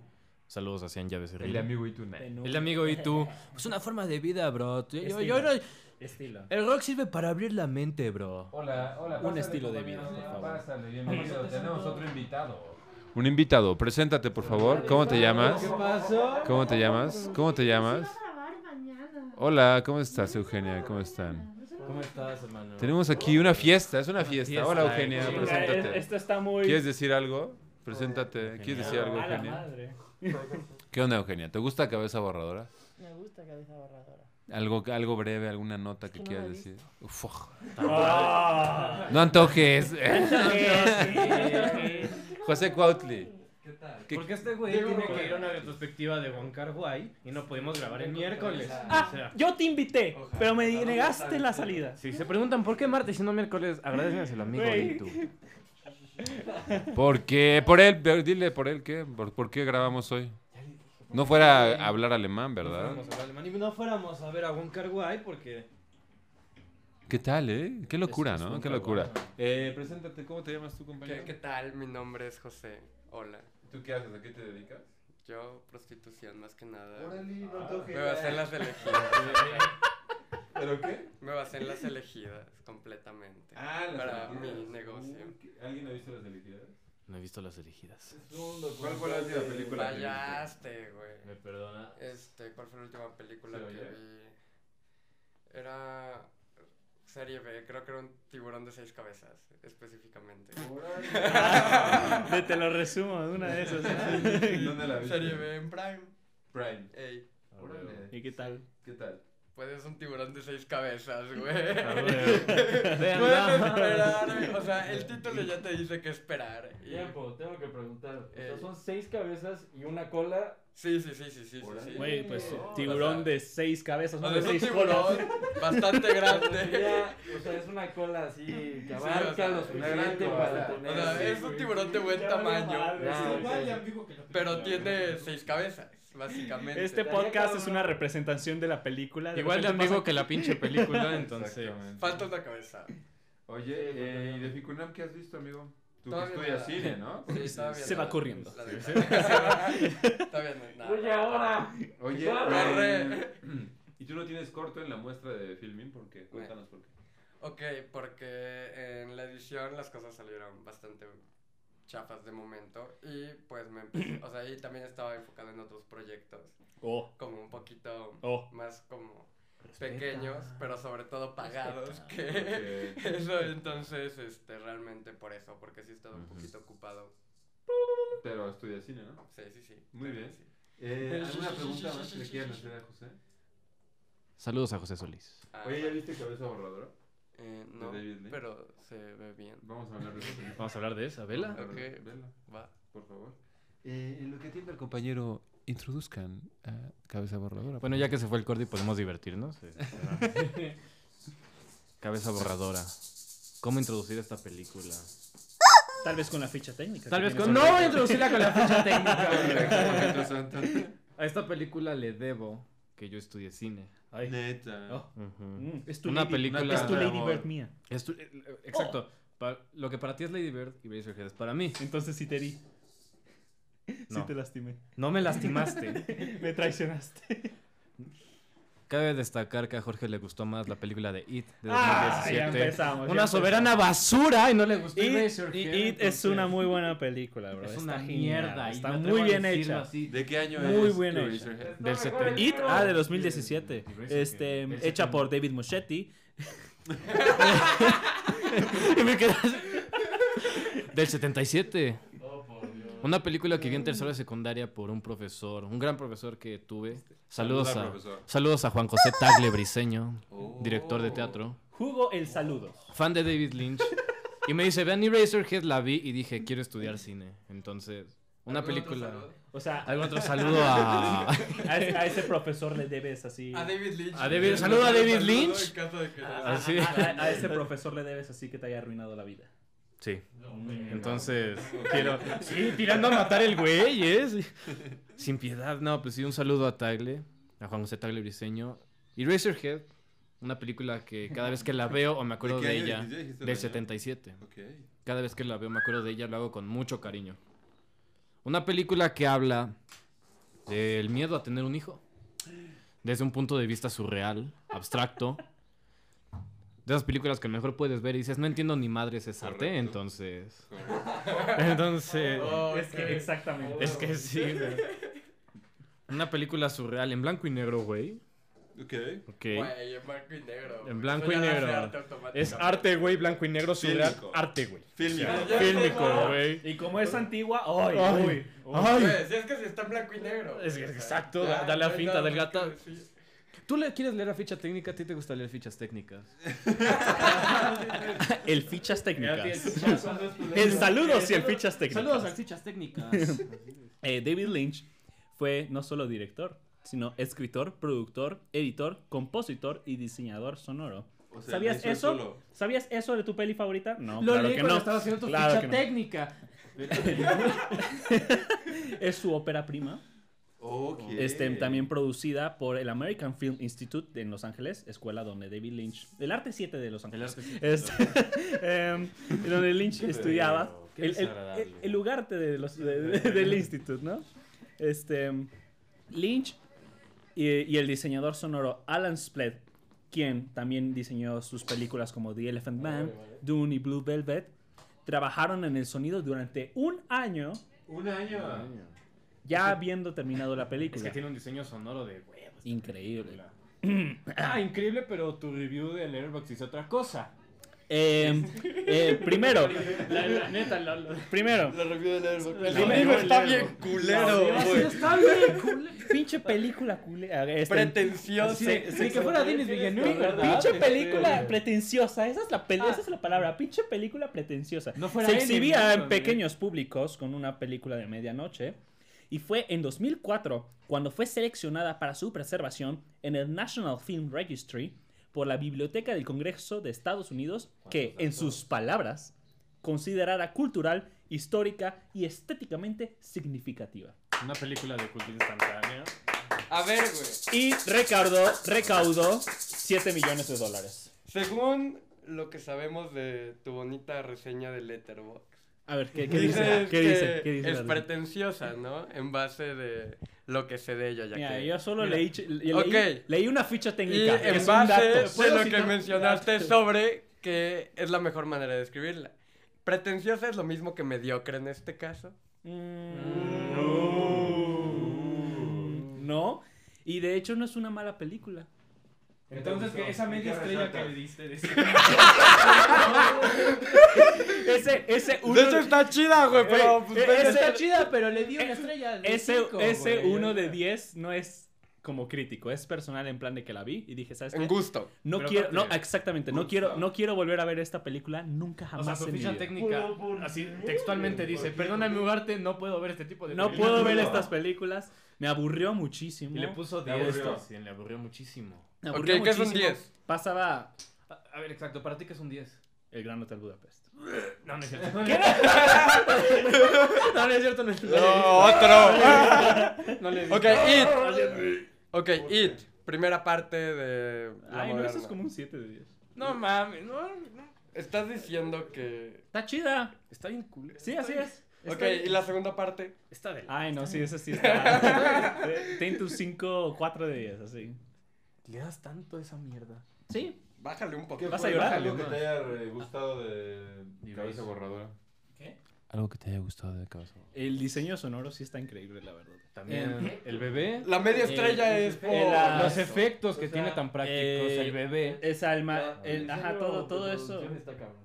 Speaker 5: Saludos a Cianya Becerril.
Speaker 1: El amigo y tú, nah.
Speaker 5: El amigo y tú. Es una forma de vida, bro. Yo- yo- yo- yo-
Speaker 4: Estilo.
Speaker 5: el rock sirve para abrir la mente, bro.
Speaker 1: Hola, hola.
Speaker 4: Un pásale, estilo de vida, por favor.
Speaker 1: Pásale, bienvenido. Tenemos otro invitado. Un invitado, preséntate por favor. ¿Cómo te llamas?
Speaker 2: pasó?
Speaker 1: ¿Cómo te llamas? ¿Cómo te llamas? Oh, Hola, ¿cómo estás, Eugenia? ¿Cómo están?
Speaker 5: ¿Cómo estás, hermano?
Speaker 1: Tenemos aquí una fiesta, es una fiesta. Hola,
Speaker 5: fiesta,
Speaker 1: Eugenia,
Speaker 5: eh.
Speaker 1: preséntate.
Speaker 4: Esto está muy.
Speaker 1: ¿Quieres decir algo? Preséntate. ¿Quieres decir algo,
Speaker 4: a la
Speaker 1: Eugenia?
Speaker 4: madre.
Speaker 1: ¿Qué onda, Eugenia? ¿Te gusta Cabeza Borradora?
Speaker 7: Me gusta cabeza borradora.
Speaker 1: ¿Algo, algo breve, alguna nota que
Speaker 7: que no
Speaker 1: quieras
Speaker 7: la he
Speaker 1: decir? Uf, oj.
Speaker 4: Ah.
Speaker 1: no antojes.
Speaker 4: Sí.
Speaker 1: José Cuautli. ¿Qué-
Speaker 6: Porque este güey tiene que ir a una retrospectiva de Juan Carguay y no pudimos grabar el miércoles.
Speaker 4: Ah,
Speaker 6: O sea,
Speaker 4: yo te invité, pero me negaste la salida.
Speaker 5: Si se preguntan por qué martes y no miércoles, agradecenselo, amigo
Speaker 4: Güey.
Speaker 5: y tú.
Speaker 1: ¿Por qué? Por él, pero dile por él qué. ¿Por, por qué grabamos hoy? No fuera a hablar alemán, ¿verdad?
Speaker 6: fuéramos a hablar alemán y no fuéramos a ver a Juan Carguay porque
Speaker 1: ¿Qué tal, eh? Qué locura,
Speaker 5: Esto es
Speaker 1: ¿no?
Speaker 5: un
Speaker 1: Qué
Speaker 5: trabajo.
Speaker 1: locura. Eh, preséntate, ¿cómo te llamas tú, compañero?
Speaker 8: ¿Qué, qué tal? Mi nombre es José. Hola.
Speaker 1: ¿Tú qué haces? ¿A qué te dedicas?
Speaker 8: Yo, prostitución, más que nada.
Speaker 1: no
Speaker 8: Me basé en las elegidas.
Speaker 1: ¿Pero qué? Ah,
Speaker 8: Me basé en las elegidas, completamente. Para mi
Speaker 1: Uh.
Speaker 8: negocio.
Speaker 1: ¿Alguien ha visto las elegidas?
Speaker 5: No he visto las elegidas.
Speaker 1: ¿Cuál fue la última película?
Speaker 8: Fallaste,
Speaker 5: Me
Speaker 8: güey.
Speaker 5: perdona.
Speaker 8: Este, ¿cuál fue la última película
Speaker 1: ¿Se
Speaker 8: que
Speaker 1: oye?
Speaker 8: vi? Era. Serie B, creo que era un tiburón de seis cabezas, específicamente.
Speaker 4: Ah, Te, te lo resumo de una de esas.
Speaker 1: ¿Dónde la
Speaker 8: Serie B en Prime.
Speaker 1: Prime.
Speaker 8: Ey,
Speaker 4: ¿Y qué tal?
Speaker 1: ¿Qué tal?
Speaker 8: pues es un tiburón de seis cabezas, güey. Puedes
Speaker 5: Vean,
Speaker 8: esperar, güey. O sea, el título ya te dice que esperar. y-
Speaker 2: Tiempo, tengo que preguntar. O sea,
Speaker 8: Eh.
Speaker 2: son seis cabezas y una cola.
Speaker 8: Sí, sí, sí, sí, sí, sí, sí.
Speaker 5: Eh,
Speaker 4: Güey, pues
Speaker 8: O
Speaker 4: tiburón
Speaker 8: sea,
Speaker 4: de seis cabezas,
Speaker 8: o
Speaker 4: no
Speaker 5: Ah,
Speaker 4: de
Speaker 8: sea, es un
Speaker 4: seis
Speaker 8: tiburón
Speaker 4: colas.
Speaker 8: bastante grande.
Speaker 2: Sería- pues, o sea, es una cola así que
Speaker 8: o
Speaker 2: abarca
Speaker 8: sea,
Speaker 2: lo
Speaker 8: una
Speaker 2: suficiente
Speaker 1: gran
Speaker 2: para
Speaker 1: cola.
Speaker 8: O
Speaker 2: tener.
Speaker 8: sea, es un tiburón de buen tamaño,
Speaker 2: Ya, ok.
Speaker 8: pero tiene seis cabezas, básicamente.
Speaker 4: Este podcast es una representación de la película.
Speaker 5: Igual de
Speaker 4: repente
Speaker 5: amigo que la pinche película, entonces.
Speaker 8: Falta una cabeza.
Speaker 1: Oye, eh, ¿y de Ficunam qué has visto, amigo? Tú que estudias
Speaker 8: Todavía nada.
Speaker 1: cine, ¿no?
Speaker 8: Sí, estaba
Speaker 4: Se
Speaker 8: viendo
Speaker 4: va
Speaker 8: la-
Speaker 4: corriendo.
Speaker 8: la de- Está viendo nada.
Speaker 2: Oye, ahora.
Speaker 1: Oye,
Speaker 8: Corre.
Speaker 1: eh, ¿y tú no tienes corto en la muestra de filming? ¿Por qué? Cuéntanos por qué.
Speaker 8: Ok, porque en la edición las cosas salieron bastante chafas de momento y pues me empecé, o sea, ahí también estaba enfocado en otros proyectos,
Speaker 4: Oh,
Speaker 8: como un poquito
Speaker 4: oh.
Speaker 8: más como pequeños, pero sobre todo pagados que
Speaker 1: Porque-
Speaker 8: eso, entonces, este, realmente por eso, porque sí he estado un
Speaker 1: Ujú.
Speaker 8: poquito ocupado.
Speaker 1: Pero estudias cine, ¿no?
Speaker 8: Sí, sí, sí.
Speaker 1: Muy
Speaker 8: sí,
Speaker 1: bien.
Speaker 8: sí.
Speaker 9: Eh, ¿Alguna pregunta más que le quieran hacer a José?
Speaker 5: Saludos a José Solís.
Speaker 8: Ah,
Speaker 9: Oye, ¿ya viste Cabeza Borradora?
Speaker 8: eh, no,
Speaker 9: ¿De David Lynch?
Speaker 8: pero se ve bien.
Speaker 9: Vamos a hablar de eso.
Speaker 4: Vamos a hablar de esa,
Speaker 9: Vamos
Speaker 4: vela.
Speaker 9: a hablar de-
Speaker 8: Ok.
Speaker 9: Vela,
Speaker 8: Va.
Speaker 9: por favor.
Speaker 1: Eh, en lo que atiende el compañero, introduzcan a Cabeza Borradora.
Speaker 5: Bueno, ya que se fue el corte y podemos divertirnos. eh, ¿verdad? Cabeza borradora. ¿Cómo introducir esta película?
Speaker 4: Tal vez con la ficha técnica.
Speaker 6: Tal
Speaker 4: que
Speaker 6: vez
Speaker 4: tienes
Speaker 6: con. No voy a
Speaker 4: ahorita.
Speaker 6: introducirla con la ficha técnica, güey.
Speaker 9: Mientras tanto,
Speaker 5: A esta película le debo que yo estudié cine.
Speaker 4: Ay.
Speaker 9: Neta.
Speaker 4: Oh.
Speaker 5: Ujú.
Speaker 4: Mm, Es tu
Speaker 5: Una
Speaker 4: Lady-
Speaker 5: película
Speaker 4: Es tu
Speaker 9: de
Speaker 4: Lady Oh.
Speaker 9: amor.
Speaker 4: Bird mía.
Speaker 5: Es tu- eh, eh, exacto. Pa- lo que para ti es Lady Bird y Razorhead es para mí.
Speaker 4: Entonces sí te di. Sí
Speaker 5: No.
Speaker 4: te lastimé.
Speaker 5: No me lastimaste.
Speaker 4: Me traicionaste.
Speaker 5: Cabe destacar que a Jorge le gustó más la película de It de
Speaker 4: Ah, ya
Speaker 5: 2017.
Speaker 4: empezamos, ya
Speaker 5: una soberana basura y no le gustó.
Speaker 4: It,
Speaker 5: Eraserhead,
Speaker 4: y It es
Speaker 5: entonces-
Speaker 4: una muy buena película, bro.
Speaker 5: Es
Speaker 4: Está
Speaker 5: una
Speaker 4: genial,
Speaker 5: mierda. y
Speaker 4: Está
Speaker 5: me atrevo
Speaker 4: muy
Speaker 5: a
Speaker 4: bien
Speaker 5: decirlo
Speaker 4: hecha.
Speaker 5: así.
Speaker 1: ¿De qué año
Speaker 4: Muy
Speaker 1: es?
Speaker 4: buena
Speaker 1: Eraserhead?
Speaker 5: Del 70.
Speaker 4: It, ah, de 2017. Este,
Speaker 5: Del
Speaker 4: hecha
Speaker 5: 70.
Speaker 4: por David Muschetti.
Speaker 5: Y me quedé así. Del 77.
Speaker 9: Oh,
Speaker 5: Una película que vi en tercera de secundaria por un profesor, un gran profesor que tuve. Saludos
Speaker 9: Saluda,
Speaker 5: a,
Speaker 9: profesor.
Speaker 5: saludos a Juan José Tagle Briseño,
Speaker 9: Oh.
Speaker 5: director de teatro,
Speaker 4: Jugo el saludo.
Speaker 5: fan de David Lynch. Y me dice, vean Eraserhead, la vi y dije, quiero estudiar cine. Entonces, una
Speaker 8: ¿Algún otro
Speaker 5: película...
Speaker 8: saludo?
Speaker 4: O sea,
Speaker 5: Algún otro saludo a...
Speaker 4: a, ese- a ese profesor le debes así.
Speaker 8: A David Lynch.
Speaker 5: A David- saludo a David
Speaker 8: Saludo en
Speaker 5: Lynch. Ah,
Speaker 8: caso de que-
Speaker 4: A,
Speaker 5: Así.
Speaker 4: a- a- a ese profesor le debes así que te haya arruinado la vida.
Speaker 5: Sí. Entonces, quiero. Sí, tirando a matar el güey, ¿eh? Sin piedad, no, pues sí, un saludo a Tagle, a Juan José Tagle Briseño. Y Razorhead, una película que cada vez que la veo o me acuerdo
Speaker 9: qué
Speaker 5: de,
Speaker 9: año
Speaker 5: ella,
Speaker 9: dijiste? ¿Dijiste
Speaker 5: del
Speaker 9: el año?
Speaker 5: 77.
Speaker 9: Ok.
Speaker 5: Cada vez que la veo me acuerdo de ella, lo hago con mucho cariño. Una película que habla del miedo a tener un hijo. Desde un punto de vista surreal, abstracto. De esas películas que a lo mejor puedes ver y dices, no entiendo ni madres es arte,
Speaker 9: Correcto.
Speaker 5: entonces...
Speaker 9: Correcto. Oh.
Speaker 5: Entonces...
Speaker 4: es que exactamente.
Speaker 5: Es que sí, güey. Una película surreal en blanco y negro, güey.
Speaker 9: Ok.
Speaker 5: Ok.
Speaker 8: Güey, en blanco y negro. güey.
Speaker 5: blanco
Speaker 8: Eso
Speaker 5: y
Speaker 8: ya hace
Speaker 5: negro.
Speaker 8: arte automáticamente.
Speaker 5: Es arte, güey, blanco y negro surreal.
Speaker 9: Fílmico.
Speaker 5: Arte, güey.
Speaker 9: Fílmico.
Speaker 8: Ya
Speaker 5: Fílmico,
Speaker 8: empezó.
Speaker 5: güey.
Speaker 4: Y como es antigua, ¡ay!
Speaker 5: Ay.
Speaker 4: uy, uy.
Speaker 8: Güey, si es que si está en blanco y negro.
Speaker 5: Es que
Speaker 8: güey, o sea,
Speaker 5: exacto,
Speaker 8: ya,
Speaker 5: da la
Speaker 8: no hay
Speaker 5: finta
Speaker 8: nada
Speaker 5: del
Speaker 8: más que
Speaker 5: gato.
Speaker 8: decir.
Speaker 5: ¿Tú le quieres leer a ficha técnica? ¿A ti te gusta leer fichas técnicas?
Speaker 4: El fichas técnicas.
Speaker 5: El
Speaker 4: El
Speaker 5: saludo.
Speaker 4: saludos y el fichas técnicas.
Speaker 5: Saludos a fichas técnicas.
Speaker 4: Eh, David Lynch fue no solo director, sino escritor, productor, editor, compositor y diseñador sonoro.
Speaker 9: O sea,
Speaker 4: ¿Sabías
Speaker 9: le hizo él
Speaker 4: eso?
Speaker 9: solo.
Speaker 4: ¿Sabías eso de tu peli favorita? No,
Speaker 5: Lo
Speaker 4: claro
Speaker 5: leí
Speaker 4: que
Speaker 5: cuando
Speaker 4: no.
Speaker 5: estaba haciendo tu
Speaker 4: Claro
Speaker 5: ficha
Speaker 4: que no.
Speaker 5: técnica.
Speaker 4: Es su ópera prima.
Speaker 9: Ok.
Speaker 4: Este, también producida por el American Film Institute en Los Ángeles, escuela donde David Lynch, el arte 7 de Los Ángeles, Este, em, donde Lynch estudiaba,
Speaker 5: qué
Speaker 4: el, el-
Speaker 5: desagradable.
Speaker 4: el lugar de los, de- de- del instituto, ¿no? Este, em, Lynch y, y el diseñador sonoro Alan Splet, quien también diseñó sus películas como The Elephant Man, Dune y Blue Velvet, trabajaron en el sonido durante un año
Speaker 9: Un año.
Speaker 4: ya habiendo terminado la película.
Speaker 5: Es que tiene un diseño sonoro de huevos.
Speaker 4: Increíble.
Speaker 5: Ah, increíble, pero tu review de Letterboxd dice otra cosa.
Speaker 4: Eh, eh, primero,
Speaker 5: La, neta, la,
Speaker 4: primero,
Speaker 9: La review de Letterboxd.
Speaker 4: La review de
Speaker 9: está bien culero, güey.
Speaker 5: Está bien, cool.
Speaker 4: pinche película culera. Este,
Speaker 8: Pretencioso.
Speaker 5: Ni que fuera Denis Villeneuve, ¿verdad? este,
Speaker 4: pinche película pretenciosa. Esa es la peli- esa es la palabra. Pinche película pretenciosa.
Speaker 5: No fuera
Speaker 4: Se
Speaker 5: él,
Speaker 4: exhibía
Speaker 5: entonces,
Speaker 4: en pequeños públicos con una película de medianoche. Y fue en 2004 cuando fue seleccionada para su preservación en el National Film Registry por la Biblioteca del Congreso de Estados Unidos, que, en sus palabras, considerara cultural, histórica y estéticamente significativa.
Speaker 5: Una película de culto instantánea.
Speaker 8: A ver, güey.
Speaker 4: Y recaudó, recaudó 7 millones de dólares.
Speaker 8: Según lo que sabemos de tu bonita reseña de Letterboxd,
Speaker 4: A ver, ¿qué, qué
Speaker 8: dices
Speaker 4: dice? ¿Qué
Speaker 8: que
Speaker 4: dice? ¿Qué dice
Speaker 8: es
Speaker 4: la-
Speaker 8: pretenciosa, ¿no? En base de lo que sé de ella, ya
Speaker 4: Mira,
Speaker 8: que...
Speaker 4: yo solo
Speaker 8: Mira.
Speaker 4: leí, ch- leí,
Speaker 8: Ok.
Speaker 4: leí una ficha
Speaker 8: Y
Speaker 4: técnica. que es
Speaker 8: en
Speaker 4: un
Speaker 8: base
Speaker 4: dato.
Speaker 8: de
Speaker 4: ¿Puedo
Speaker 8: lo que
Speaker 4: citar?
Speaker 8: mencionaste sobre que es la mejor manera de describirla. Pretenciosa es lo mismo que mediocre en este caso.
Speaker 4: Mm, No. Y de hecho no es una mala película.
Speaker 6: Entonces, que esa media estrella que le diste de
Speaker 4: Ese, ese uno-
Speaker 8: De hecho, está chida, güey, pero... pues,
Speaker 4: eh,
Speaker 8: ven-
Speaker 4: ese-
Speaker 7: Está chida, pero le di una estrella. de
Speaker 4: Ese,
Speaker 7: cinco,
Speaker 4: ese
Speaker 7: güey.
Speaker 4: uno de 10 no es como crítico, es personal en plan de que la vi y dije, ¿sabes
Speaker 8: En
Speaker 4: qué?
Speaker 8: gusto.
Speaker 4: No
Speaker 9: Pero
Speaker 4: quiero, no,
Speaker 9: aparte-
Speaker 4: exactamente, no
Speaker 9: Gusto.
Speaker 4: quiero, no quiero volver a ver esta película nunca
Speaker 5: O sea,
Speaker 4: jamás
Speaker 5: su
Speaker 4: en mi
Speaker 5: ficha
Speaker 4: vida.
Speaker 5: técnica, así textualmente dice, perdóname Ugarte, no puedo ver este tipo de
Speaker 4: No
Speaker 5: películas".
Speaker 4: puedo ver estas películas, me aburrió muchísimo.
Speaker 5: Y le puso
Speaker 9: Le aburrió.
Speaker 5: 10. Sí, le aburrió muchísimo.
Speaker 4: me
Speaker 8: Ok,
Speaker 4: aburrió
Speaker 8: ¿qué es un
Speaker 4: muchísimo.
Speaker 8: 10?
Speaker 4: Pasaba
Speaker 5: A, a ver, exacto, para ti que es un 10.
Speaker 4: el Gran Hotel Budapest.
Speaker 5: No, no es cierto. no, no es cierto, no es cierto.
Speaker 8: No, otro.
Speaker 5: No le di.
Speaker 8: ok, It. Ok, It. Primera parte de... la
Speaker 4: Ay, no, eso es
Speaker 8: moderna.
Speaker 4: como un 7 de 10.
Speaker 8: No mames, no, no. Estás diciendo que...
Speaker 4: Está chida.
Speaker 8: Está bien cool.
Speaker 4: Sí, así es.
Speaker 8: Ok, y la segunda parte.
Speaker 4: Está de Ay, no, sí, esa sí está. Ten tus 5 o 4 de 10, así.
Speaker 5: Le das tanto a esa mierda.
Speaker 4: Sí,
Speaker 8: Pues Bájale un poco.
Speaker 9: ¿Qué
Speaker 4: ¿Vas
Speaker 9: fue
Speaker 4: a llorar?
Speaker 9: algo que
Speaker 5: No.
Speaker 9: te haya eh, gustado de
Speaker 5: Ni
Speaker 9: Cabeza
Speaker 5: ves.
Speaker 9: Borradora?
Speaker 1: Algo que te haya gustado de Cabeza
Speaker 4: el diseño sonoro sí está increíble, la verdad.
Speaker 5: También el bebé.
Speaker 8: La media estrella es por...
Speaker 4: eh, la-
Speaker 5: los efectos que
Speaker 2: o sea,
Speaker 5: tiene tan prácticos
Speaker 4: eh,
Speaker 5: el bebé.
Speaker 4: Esa alma,
Speaker 8: Ah,
Speaker 4: el, ajá, todo, todo eso.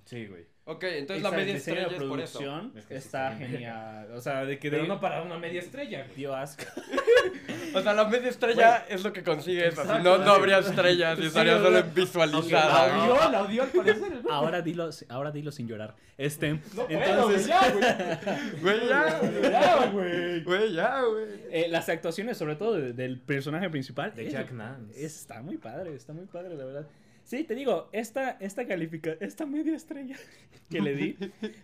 Speaker 5: Sí, güey.
Speaker 8: Ok, entonces
Speaker 4: Esa-
Speaker 8: la
Speaker 4: el
Speaker 8: media
Speaker 4: diseño de
Speaker 8: estrella es por eso.
Speaker 4: producción
Speaker 5: Es que sí
Speaker 4: está
Speaker 5: está bien
Speaker 4: genial. O sea, de que
Speaker 9: Pero
Speaker 4: de-
Speaker 9: no para una media estrella, güey.
Speaker 4: dio asco.
Speaker 8: O sea, la media estrella es lo que consigue eso. Si no, no habría estrellas y estaría solo en visualizada.
Speaker 4: Aunque-
Speaker 8: güey.
Speaker 4: Ah,
Speaker 7: Yo la odió al parecer.
Speaker 4: Ahora dilo, ahora dilo sin llorar. Este,
Speaker 7: Entonces,
Speaker 4: entonces,
Speaker 7: ya, güey.
Speaker 8: Güey, ya. Güey, ya, güey.
Speaker 4: eh, las actuaciones, sobre todo de- del personaje principal, eh,
Speaker 5: De
Speaker 4: es-
Speaker 5: Jack Nance.
Speaker 4: está muy padre, está muy padre, la verdad. Sí, te digo, esta, esta califica, esta media estrella que le di,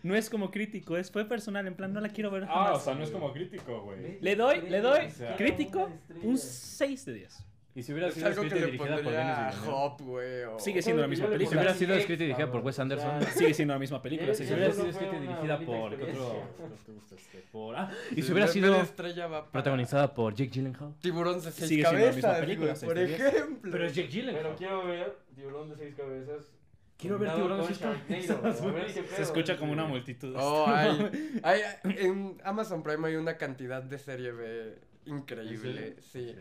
Speaker 4: no es como crítico, es fue personal, en plan, no la quiero ver.
Speaker 5: Ah,
Speaker 4: jamás.
Speaker 5: o sea, no es como crítico, güey.
Speaker 4: Le doy, le doy,
Speaker 5: O sea-
Speaker 4: crítico, un
Speaker 7: Una
Speaker 4: 6 de 10.
Speaker 5: Y si hubiera
Speaker 8: Es
Speaker 5: sido
Speaker 8: algo
Speaker 5: escrita
Speaker 8: que
Speaker 5: y
Speaker 8: le
Speaker 5: dirigida por Denis
Speaker 8: pondría a
Speaker 5: Villeneuve.
Speaker 8: Hop, güey. o-
Speaker 4: Sigue siendo la misma película.
Speaker 5: hubiera Eh, sido escrita y dirigida por Wes Anderson.
Speaker 4: Sigue siendo la misma película, sí,
Speaker 5: Si
Speaker 4: sí.
Speaker 5: hubiera
Speaker 7: eso
Speaker 5: sido
Speaker 7: fue
Speaker 5: escrita y
Speaker 7: una
Speaker 5: dirigida
Speaker 7: bonita
Speaker 5: por. ¿qué otro? Este, por- ah, y
Speaker 8: Sí,
Speaker 5: si hubiera
Speaker 8: la
Speaker 5: sido
Speaker 8: media estrella va para
Speaker 5: protagonizada por Jake Gyllenhaal.
Speaker 8: Tiburón de seis
Speaker 4: Sigue siendo la
Speaker 8: cabezas.
Speaker 4: misma película,
Speaker 8: güey,
Speaker 4: seis
Speaker 8: por
Speaker 4: de diez.
Speaker 8: ejemplo.
Speaker 5: Pero es Jake Gyllenhaal.
Speaker 9: quiero ver Tiburón de seis cabezas.
Speaker 5: Quiero ver
Speaker 9: combinado
Speaker 5: Tiburón de
Speaker 9: con
Speaker 5: seis cabezas,
Speaker 9: Sharknado, güey. A
Speaker 5: güey.
Speaker 9: ver qué
Speaker 4: Se
Speaker 9: pedo,
Speaker 4: escucha
Speaker 9: güey.
Speaker 4: como una multitud.
Speaker 8: Oh, hay, hay, en Amazon Prime hay una cantidad de serie B increíble. Sí.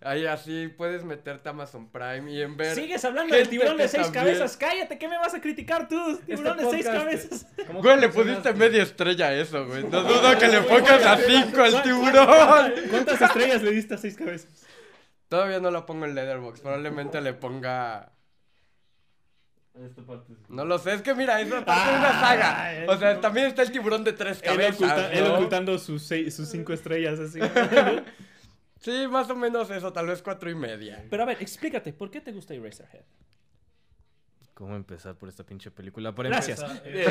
Speaker 8: Ahí así puedes meterte a Amazon Prime y en ver.
Speaker 4: Sigues hablando del
Speaker 8: gente
Speaker 4: tiburón de
Speaker 8: que
Speaker 4: seis
Speaker 8: también-
Speaker 4: cabezas. Cállate, ¿qué me vas a criticar tú? Tiburón de seis
Speaker 5: podcast-
Speaker 4: cabezas.
Speaker 5: ¿Cómo
Speaker 8: Güey, le
Speaker 5: mencionaste?
Speaker 8: pusiste media estrella a eso, güey. No dudo que le pongas a 5 al tiburón.
Speaker 4: ¿Cuántas estrellas le diste a seis cabezas?
Speaker 8: Todavía no lo pongo en Leatherbox. Probablemente le ponga.
Speaker 2: Esta parte es-
Speaker 8: No lo sé, es que mira, es una parte de una saga. O sea, también está el tiburón de tres
Speaker 4: Él,
Speaker 8: cabezas.
Speaker 4: oculta- él
Speaker 8: ¿no?
Speaker 4: ocultando sus, seis- sus cinco estrellas así.
Speaker 8: Sí, más o menos eso, tal vez cuatro y media.
Speaker 4: Pero a ver, explícate, ¿por qué te gusta Eraserhead?
Speaker 5: ¿Cómo empezar por esta pinche película? Para
Speaker 4: Gracias.
Speaker 5: empezar-
Speaker 8: Eh,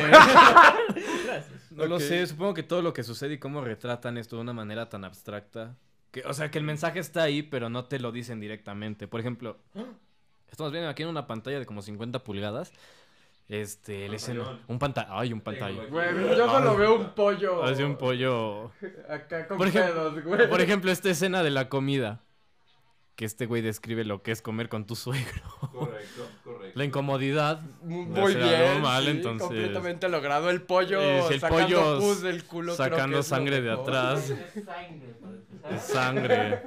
Speaker 4: Gracias.
Speaker 5: No lo
Speaker 8: Ok.
Speaker 5: sé, supongo que todo lo que sucede y cómo retratan esto de una manera tan abstracta. Que, o sea, que el mensaje está ahí, pero no te lo dicen directamente. Por ejemplo, estamos viendo aquí en una pantalla de como 50 pulgadas. Este, el escena.
Speaker 9: Pantallón.
Speaker 5: Un pantalla. Ay, un pantalla.
Speaker 8: Güey, yo solo veo un pollo.
Speaker 5: Hace un pollo.
Speaker 8: Acá con
Speaker 5: Por ejemplo-
Speaker 8: pedos, güey.
Speaker 5: Por ejemplo, esta escena de la comida. Que este güey describe lo que es comer con tu suegro.
Speaker 9: Correcto, correcto.
Speaker 5: La incomodidad.
Speaker 8: Muy
Speaker 5: Hacer
Speaker 8: bien.
Speaker 5: algo mal,
Speaker 8: sí,
Speaker 5: entonces.
Speaker 8: Completamente logrado. El pollo
Speaker 5: Es el
Speaker 8: sacando
Speaker 5: pollo
Speaker 8: pus del culo. creo que
Speaker 5: sacando
Speaker 8: es lo
Speaker 5: sangre de
Speaker 8: mejor.
Speaker 5: atrás. Sangre.
Speaker 2: Eh,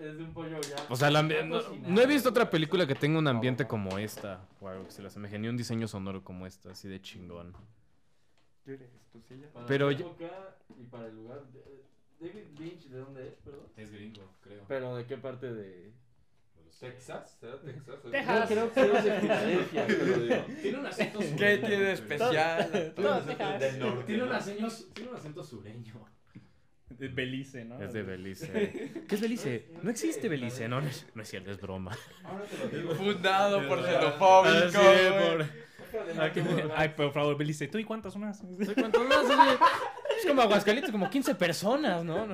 Speaker 2: Es de un pollo ya.
Speaker 5: O sea, el ambi- no, no he visto otra película que tenga un ambiente como esta. O algo que se le asemeje. Ni un diseño sonoro como esta, así de chingón.
Speaker 8: ¿Quieres tu silla?
Speaker 2: Para
Speaker 5: pero
Speaker 2: la
Speaker 5: ya-
Speaker 2: época y para el lugar. de- David Lynch, ¿de dónde es? Perdón.
Speaker 5: Es gringo, creo.
Speaker 2: Pero de qué parte de.
Speaker 9: ¿Texas? ¿Será Texas?
Speaker 4: Texas.
Speaker 2: Creo que es de Filadelfia. pero de-
Speaker 5: Tiene un acento
Speaker 8: ¿Qué tiene de especial?
Speaker 9: Todo es del norte. ¿no?
Speaker 5: acento, tiene un acento sureño.
Speaker 4: De Belice, ¿no?
Speaker 5: Es de Belice. ¿Qué es Belice? No existe Belice, no, no es no es cierto, es broma.
Speaker 9: Ahora te lo digo.
Speaker 8: Fundado por
Speaker 9: Verdad.
Speaker 8: xenofóbico.
Speaker 5: Así
Speaker 8: güey.
Speaker 5: es, por-
Speaker 2: Ah,
Speaker 4: Ah,
Speaker 5: Ah,
Speaker 4: Ay, por favor, Belice. ¿Tú y cuántas más?
Speaker 5: Es como Aguascalientes, como 15 personas, ¿no?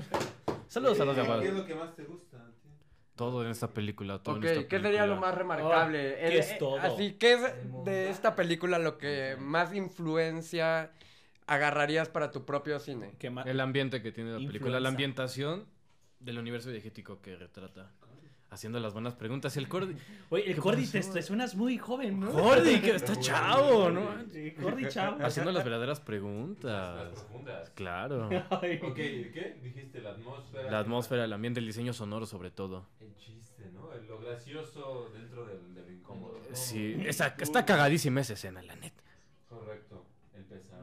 Speaker 5: Saludos a los de
Speaker 9: ¿Qué es
Speaker 5: Aguascalientes.
Speaker 9: lo que más te gusta? tío?
Speaker 5: Todo en esta película, todo
Speaker 8: Ok,
Speaker 5: en esta
Speaker 8: ¿qué sería lo
Speaker 5: película.
Speaker 8: más remarcable? El-
Speaker 4: es
Speaker 8: eh,
Speaker 4: todo?
Speaker 8: Así, ¿qué es de esta película lo que más influencia agarrarías para tu propio cine?
Speaker 4: ¿Qué más?
Speaker 5: El ambiente que tiene la película,
Speaker 4: Influenza.
Speaker 5: la ambientación del universo diegético que retrata. Haciendo las buenas preguntas. El Cordy.
Speaker 4: Oye, el Cordy te, te suenas muy joven, ¿no?
Speaker 5: Cordy, que está chavo, ¿no?
Speaker 4: Sí, Cordy chavo.
Speaker 5: Haciendo las verdaderas
Speaker 9: Las
Speaker 5: preguntas.
Speaker 9: profundas.
Speaker 5: Claro.
Speaker 4: Ay.
Speaker 9: Ok, ¿qué? Dijiste la atmósfera.
Speaker 5: La atmósfera, el ambiente, el diseño sonoro, sobre todo.
Speaker 9: El chiste, ¿no? Lo gracioso dentro del, del incómodo.
Speaker 5: Sí, esa- está cagadísima esa escena, la neta.
Speaker 9: Correcto. El pesar.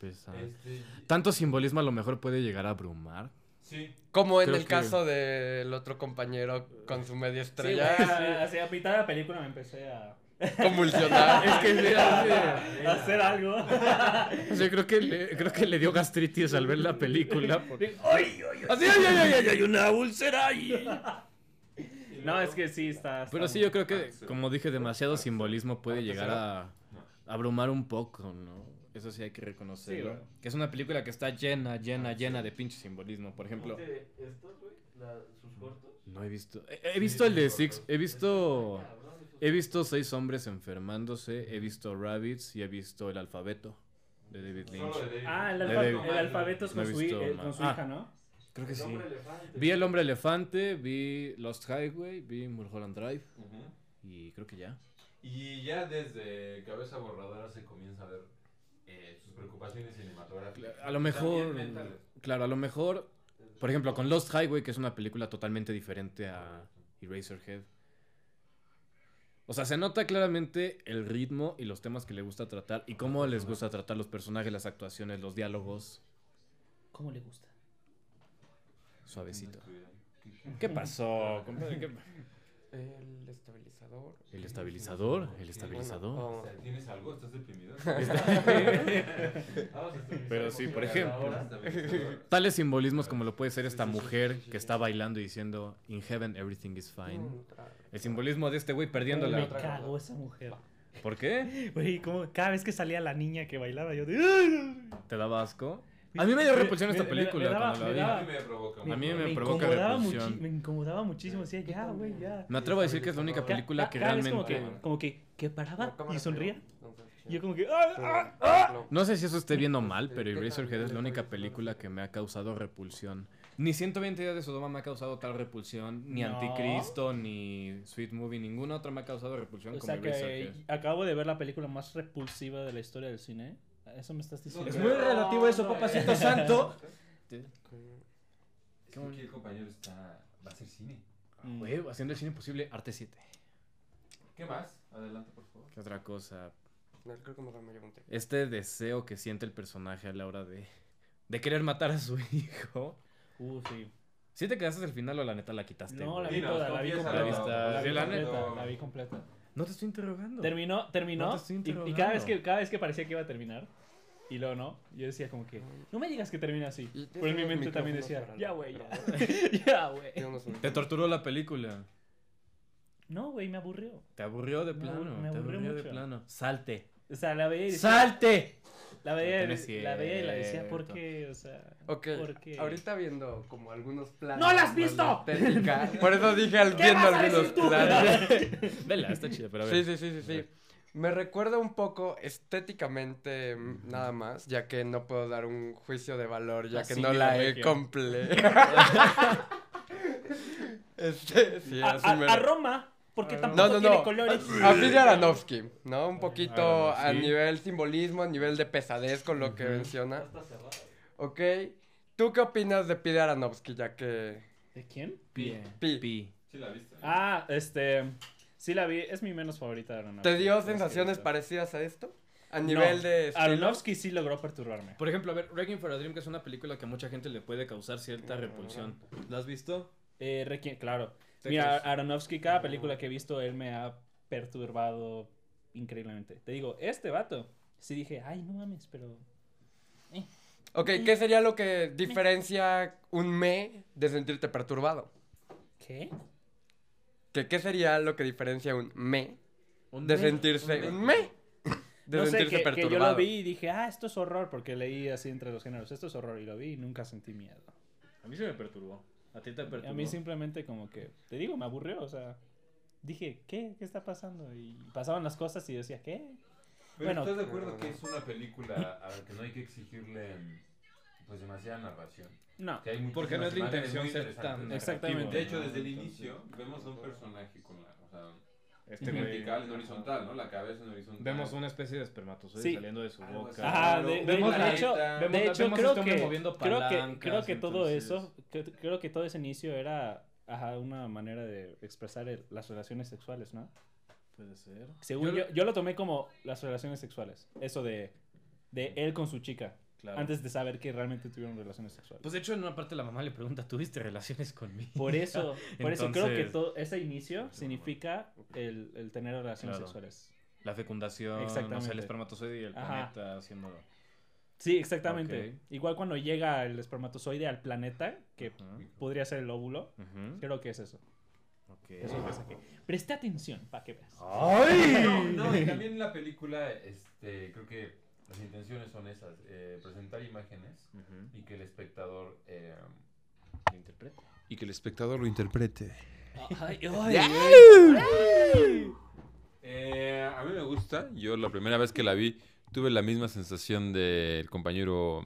Speaker 5: pesado.
Speaker 10: Este,
Speaker 5: Tanto simbolismo a lo mejor puede llegar a abrumar.
Speaker 10: sí,
Speaker 8: Como en
Speaker 5: Creo
Speaker 8: el
Speaker 5: que-
Speaker 8: caso del otro compañero con su media estrella
Speaker 11: así Ah, a mitad de la película me empecé a,
Speaker 8: convulsionar.
Speaker 5: Es que mira,
Speaker 11: a hacer algo.
Speaker 5: sí. Yo creo que, le, creo que le dio gastritis al ver la película. por-
Speaker 11: Así, ay, ay, ay, ay, ay, una úlcera ahí. No, es que sí está. está
Speaker 5: Pero sí,
Speaker 11: muy-
Speaker 5: yo creo que, como dije, demasiado simbolismo puede llegar a abrumar un poco, ¿no? Eso sí hay que reconocerlo.
Speaker 11: Sí, güey.
Speaker 5: que es una película que está llena, llena, llena de pinche simbolismo. Por ejemplo,
Speaker 2: ¿Viste estos, güey? La- ¿Sus cortos?
Speaker 5: no he visto. He, he visto el de Six, he visto. He visto Seis Hombres Enfermándose, he visto Rabbits y he visto El Alfabeto de David
Speaker 10: solo de
Speaker 5: Lynch.
Speaker 10: David.
Speaker 11: Ah, el,
Speaker 5: Le
Speaker 11: alfa-
Speaker 5: debo.
Speaker 11: el alfabeto es
Speaker 5: No
Speaker 11: con,
Speaker 5: he
Speaker 11: su,
Speaker 5: visto
Speaker 11: hi- eh,
Speaker 5: más.
Speaker 11: con su
Speaker 5: Ah.
Speaker 11: hija, ¿no?
Speaker 5: Creo que sí.
Speaker 10: Hombre elefante.
Speaker 5: Vi El Hombre Elefante, vi Lost Highway, vi Mulholland Drive
Speaker 10: Ujú.
Speaker 5: y creo que ya.
Speaker 10: Y ya desde Cabeza Borradora se comienza a ver eh, sus preocupaciones cinematográficas.
Speaker 5: A lo
Speaker 10: También
Speaker 5: mejor.
Speaker 10: mentales.
Speaker 5: Claro, a lo mejor. Por ejemplo, con Lost Highway, que es una película totalmente diferente a Eraserhead. O sea, se nota claramente el ritmo y los temas que le gusta tratar y cómo les gusta tratar los personajes, las actuaciones, los diálogos.
Speaker 11: ¿Cómo le gusta?
Speaker 5: Suavecito. ¿Qué pasó, compadre? ¿Qué-
Speaker 8: El estabilizador.
Speaker 5: El estabilizador, el
Speaker 8: Bueno,
Speaker 5: estabilizador.
Speaker 10: O
Speaker 8: oh.
Speaker 10: sea, ¿Tienes algo? ¿Estás deprimido? Vamos a estabilizar
Speaker 5: Pero sí,
Speaker 10: porque
Speaker 5: por
Speaker 10: a la
Speaker 5: ejemplo.
Speaker 10: hora estabilizador.
Speaker 5: Tales simbolismos como lo puede ser esta mujer que está bailando y diciendo In heaven everything is fine. El simbolismo de este güey perdiendo
Speaker 11: Me
Speaker 5: la...
Speaker 11: cago esa mujer.
Speaker 5: ¿Por qué?
Speaker 12: Güey, como cada vez que salía la niña que bailaba, yo de...
Speaker 5: ¿Te daba asco? A mí me dio repulsión
Speaker 12: me-
Speaker 5: esta
Speaker 12: me- me
Speaker 5: película
Speaker 12: daba-
Speaker 5: cuando la
Speaker 12: me
Speaker 5: vi.
Speaker 12: daba-
Speaker 10: A mí me provoca
Speaker 5: A mí
Speaker 10: mucho.
Speaker 5: me provoca
Speaker 12: incomodaba
Speaker 5: repulsión.
Speaker 12: muchi- me incomodaba muchísimo. Decía, ya, güey, ya.
Speaker 5: Me atrevo a decir que es la única película
Speaker 12: Ca-
Speaker 5: que
Speaker 12: cada vez
Speaker 5: realmente...
Speaker 12: Como que, como que, que paraba y sonría. Y yo como
Speaker 8: como...
Speaker 12: que... ¡ah, ah!
Speaker 5: No sé si eso esté
Speaker 11: Pues,
Speaker 5: viendo mal, pero Eraserhead es la única película que me ha causado repulsión. Ni 120 días de Sodoma me ha causado tal repulsión, ni
Speaker 12: No.
Speaker 5: Anticristo, ni Sweet Movie, ninguna otra me ha causado repulsión
Speaker 11: O
Speaker 5: como
Speaker 11: sea que
Speaker 5: Eraserhead.
Speaker 11: acabo de ver la película más repulsiva de la historia del cine. ¿Eso me estás diciendo?
Speaker 10: Es muy relativo
Speaker 11: eso, papacito santo.
Speaker 10: Es que aquí el compañero está... va a hacer cine.
Speaker 11: Mm.
Speaker 5: Güey, Ah, haciendo el cine posible, Arte 7.
Speaker 10: ¿Qué más? Adelante, por favor.
Speaker 5: ¿Qué otra cosa?
Speaker 8: No, creo que mejor me llevo un té.
Speaker 5: Este deseo que siente el personaje a la hora de... De querer matar a su hijo.
Speaker 11: Uh, sí.
Speaker 5: ¿Sí te quedaste al final o la neta la quitaste?
Speaker 11: No, la
Speaker 5: güey?
Speaker 11: vi
Speaker 10: Dinos,
Speaker 11: toda, la vi
Speaker 10: confiésalo.
Speaker 11: completa.
Speaker 5: La
Speaker 11: La
Speaker 5: viste,
Speaker 11: vi
Speaker 5: sí, la
Speaker 11: completa,
Speaker 10: neta.
Speaker 11: la vi completa.
Speaker 5: No te estoy interrogando.
Speaker 11: Terminó, terminó.
Speaker 5: No te estoy
Speaker 11: y, y cada vez
Speaker 5: interrogando.
Speaker 11: que cada vez que parecía que iba a terminar y luego no, yo decía como que no me digas que termina así.
Speaker 8: Y
Speaker 11: Pero
Speaker 5: Pues
Speaker 11: en mi
Speaker 8: tienes
Speaker 11: mente
Speaker 8: unos
Speaker 11: también
Speaker 8: micrófonos
Speaker 11: decía,
Speaker 8: para
Speaker 11: ya
Speaker 8: la-
Speaker 11: güey, ya.
Speaker 8: para-
Speaker 11: ya güey.
Speaker 8: Tienes unos-
Speaker 5: Te torturó la película.
Speaker 11: No, güey, me aburrió.
Speaker 5: Te aburrió de
Speaker 11: Me
Speaker 5: plano.
Speaker 11: abur- me
Speaker 5: te
Speaker 11: aburrió
Speaker 5: aburrió de
Speaker 11: mucho.
Speaker 5: plano. Salte.
Speaker 11: O sea, la veía y decía,
Speaker 5: ¡Salte!
Speaker 11: la veía, y-
Speaker 5: No es cierto.
Speaker 11: la veía y la decía, ¿por qué? O sea,
Speaker 8: Ok,
Speaker 11: ¿por qué?
Speaker 8: ahorita viendo como algunos planos.
Speaker 11: ¡No la has
Speaker 8: más
Speaker 11: visto!
Speaker 8: de estética, Por eso dije al viendo
Speaker 11: vas a decir
Speaker 8: algunos
Speaker 11: tú?
Speaker 8: planos.
Speaker 5: Vela, está chida, pero a
Speaker 8: Sí,
Speaker 5: ver.
Speaker 8: sí, sí, sí, sí. Me recuerda un poco estéticamente mm, nada más, ya que no puedo dar un juicio de valor, ya que
Speaker 11: Así
Speaker 8: no
Speaker 11: me
Speaker 8: la
Speaker 11: la
Speaker 8: he
Speaker 11: regio.
Speaker 8: completo. este, sí,
Speaker 11: a,
Speaker 8: así
Speaker 11: a-
Speaker 8: me
Speaker 11: a
Speaker 8: lo- Ah,
Speaker 11: Roma, porque tampoco
Speaker 8: No, no,
Speaker 11: tiene
Speaker 8: no. Ah,
Speaker 11: colores.
Speaker 8: A Phil Aronofsky, ¿no? Un poquito
Speaker 5: Aronofsky.
Speaker 8: a nivel simbolismo, a nivel de pesadez con lo que menciona. Ok. ¿Tú qué opinas de Pete Aronofsky, ya que...
Speaker 11: ¿De quién?
Speaker 5: Pi.
Speaker 8: Pi.
Speaker 5: Pi.
Speaker 10: Sí la viste.
Speaker 11: Ah, este sí la vi, es mi menos favorita de Aronofsky.
Speaker 8: ¿Te dio
Speaker 11: Las que he
Speaker 8: sensaciones
Speaker 11: visto.
Speaker 8: parecidas a esto? A
Speaker 11: No,
Speaker 8: nivel de... estilo.
Speaker 11: Aronofsky sí logró perturbarme.
Speaker 5: Por ejemplo, a ver, Wrecking for a Dream, que es una película que a mucha gente le puede causar cierta repulsión. ¿La has visto?
Speaker 11: Eh, Requiem, claro.
Speaker 5: ¿Te
Speaker 11: Mira,
Speaker 5: crees?
Speaker 11: Aronofsky, cada película que he visto, él me ha perturbado increíblemente. Te digo, este vato, sí dije, ay, no mames, pero...
Speaker 8: Ok, ¿qué sería lo que diferencia un me de sentirte perturbado?
Speaker 11: ¿Qué?
Speaker 8: ¿Qué, qué sería lo que diferencia un me de
Speaker 5: me-
Speaker 8: sentirse... Un me. De
Speaker 11: no sé,
Speaker 8: sentirse
Speaker 11: que, que
Speaker 8: perturbado.
Speaker 11: yo lo vi y dije, ah, esto es horror, porque leí así entre los géneros, esto es horror, y lo vi y nunca sentí miedo.
Speaker 5: A mí se me perturbó. A ti te perturbó.
Speaker 11: A mí simplemente como que, te digo, me aburrió, o sea, dije, ¿qué? ¿Qué está pasando? Y pasaban las cosas y decía, ¿qué?
Speaker 10: Pero
Speaker 11: Bueno.
Speaker 10: ¿estás de acuerdo
Speaker 8: eh,
Speaker 10: que es una película a la que no hay que exigirle pues demasiada narración?
Speaker 11: No.
Speaker 10: Que hay muchísimas
Speaker 5: Porque no es la
Speaker 10: imágenes
Speaker 5: intención
Speaker 10: muy
Speaker 5: ser
Speaker 10: interesantes.
Speaker 5: tan
Speaker 11: Exactamente.
Speaker 10: De
Speaker 5: narrativo,
Speaker 10: hecho,
Speaker 5: ¿no?
Speaker 10: desde el inicio vemos a un personaje con la, o sea,
Speaker 5: Este güey-
Speaker 10: vertical en horizontal, ¿no? La cabeza en horizontal.
Speaker 5: Vemos una especie de espermatozoide
Speaker 11: Sí.
Speaker 5: saliendo de su
Speaker 10: Algo
Speaker 5: boca.
Speaker 10: así.
Speaker 11: Ajá,
Speaker 10: Claro,
Speaker 11: de, de-
Speaker 5: vemos
Speaker 11: de
Speaker 5: la-
Speaker 11: hecho,
Speaker 5: vemos
Speaker 11: de
Speaker 5: la-
Speaker 11: hecho
Speaker 5: vemos
Speaker 11: creo,
Speaker 5: este hombre
Speaker 11: que,
Speaker 5: moviendo
Speaker 11: creo que creo
Speaker 5: palancas,
Speaker 11: que todo
Speaker 5: entonces-
Speaker 11: eso, que- creo que todo ese inicio era ajá, una manera de expresar el- las relaciones sexuales, ¿no?
Speaker 5: Puede ser.
Speaker 11: Según yo, yo lo tomé como las relaciones sexuales, eso de, de él con su chica.
Speaker 4: Claro. Antes de saber que realmente tuvieron relaciones sexuales.
Speaker 6: Pues de hecho, en una parte la mamá le pregunta, ¿tuviste relaciones conmigo?
Speaker 4: Por eso, por eso creo que
Speaker 5: Entonces-
Speaker 4: todo ese inicio significa el, el tener relaciones
Speaker 5: Claro.
Speaker 4: sexuales.
Speaker 5: La fecundación,
Speaker 4: Exactamente.
Speaker 5: o sea, el espermatozoide y el
Speaker 4: Ajá.
Speaker 5: planeta haciéndolo.
Speaker 4: Sí, exactamente. Igual cuando llega el espermatozoide al planeta, que podría ser el óvulo,
Speaker 5: Ujú.
Speaker 4: creo que es eso. Eso es lo que pasa aquí. Presta atención para que veas.
Speaker 9: No, no, y también la película, este, creo que las intenciones son esas, eh, presentar imágenes
Speaker 5: Ujú.
Speaker 9: y que el espectador eh,
Speaker 5: Lo interpreta.
Speaker 1: Y que el espectador lo interprete.
Speaker 4: Ay,
Speaker 1: Eh, a mí me gusta. Yo la primera vez que la vi tuve la misma sensación del compañero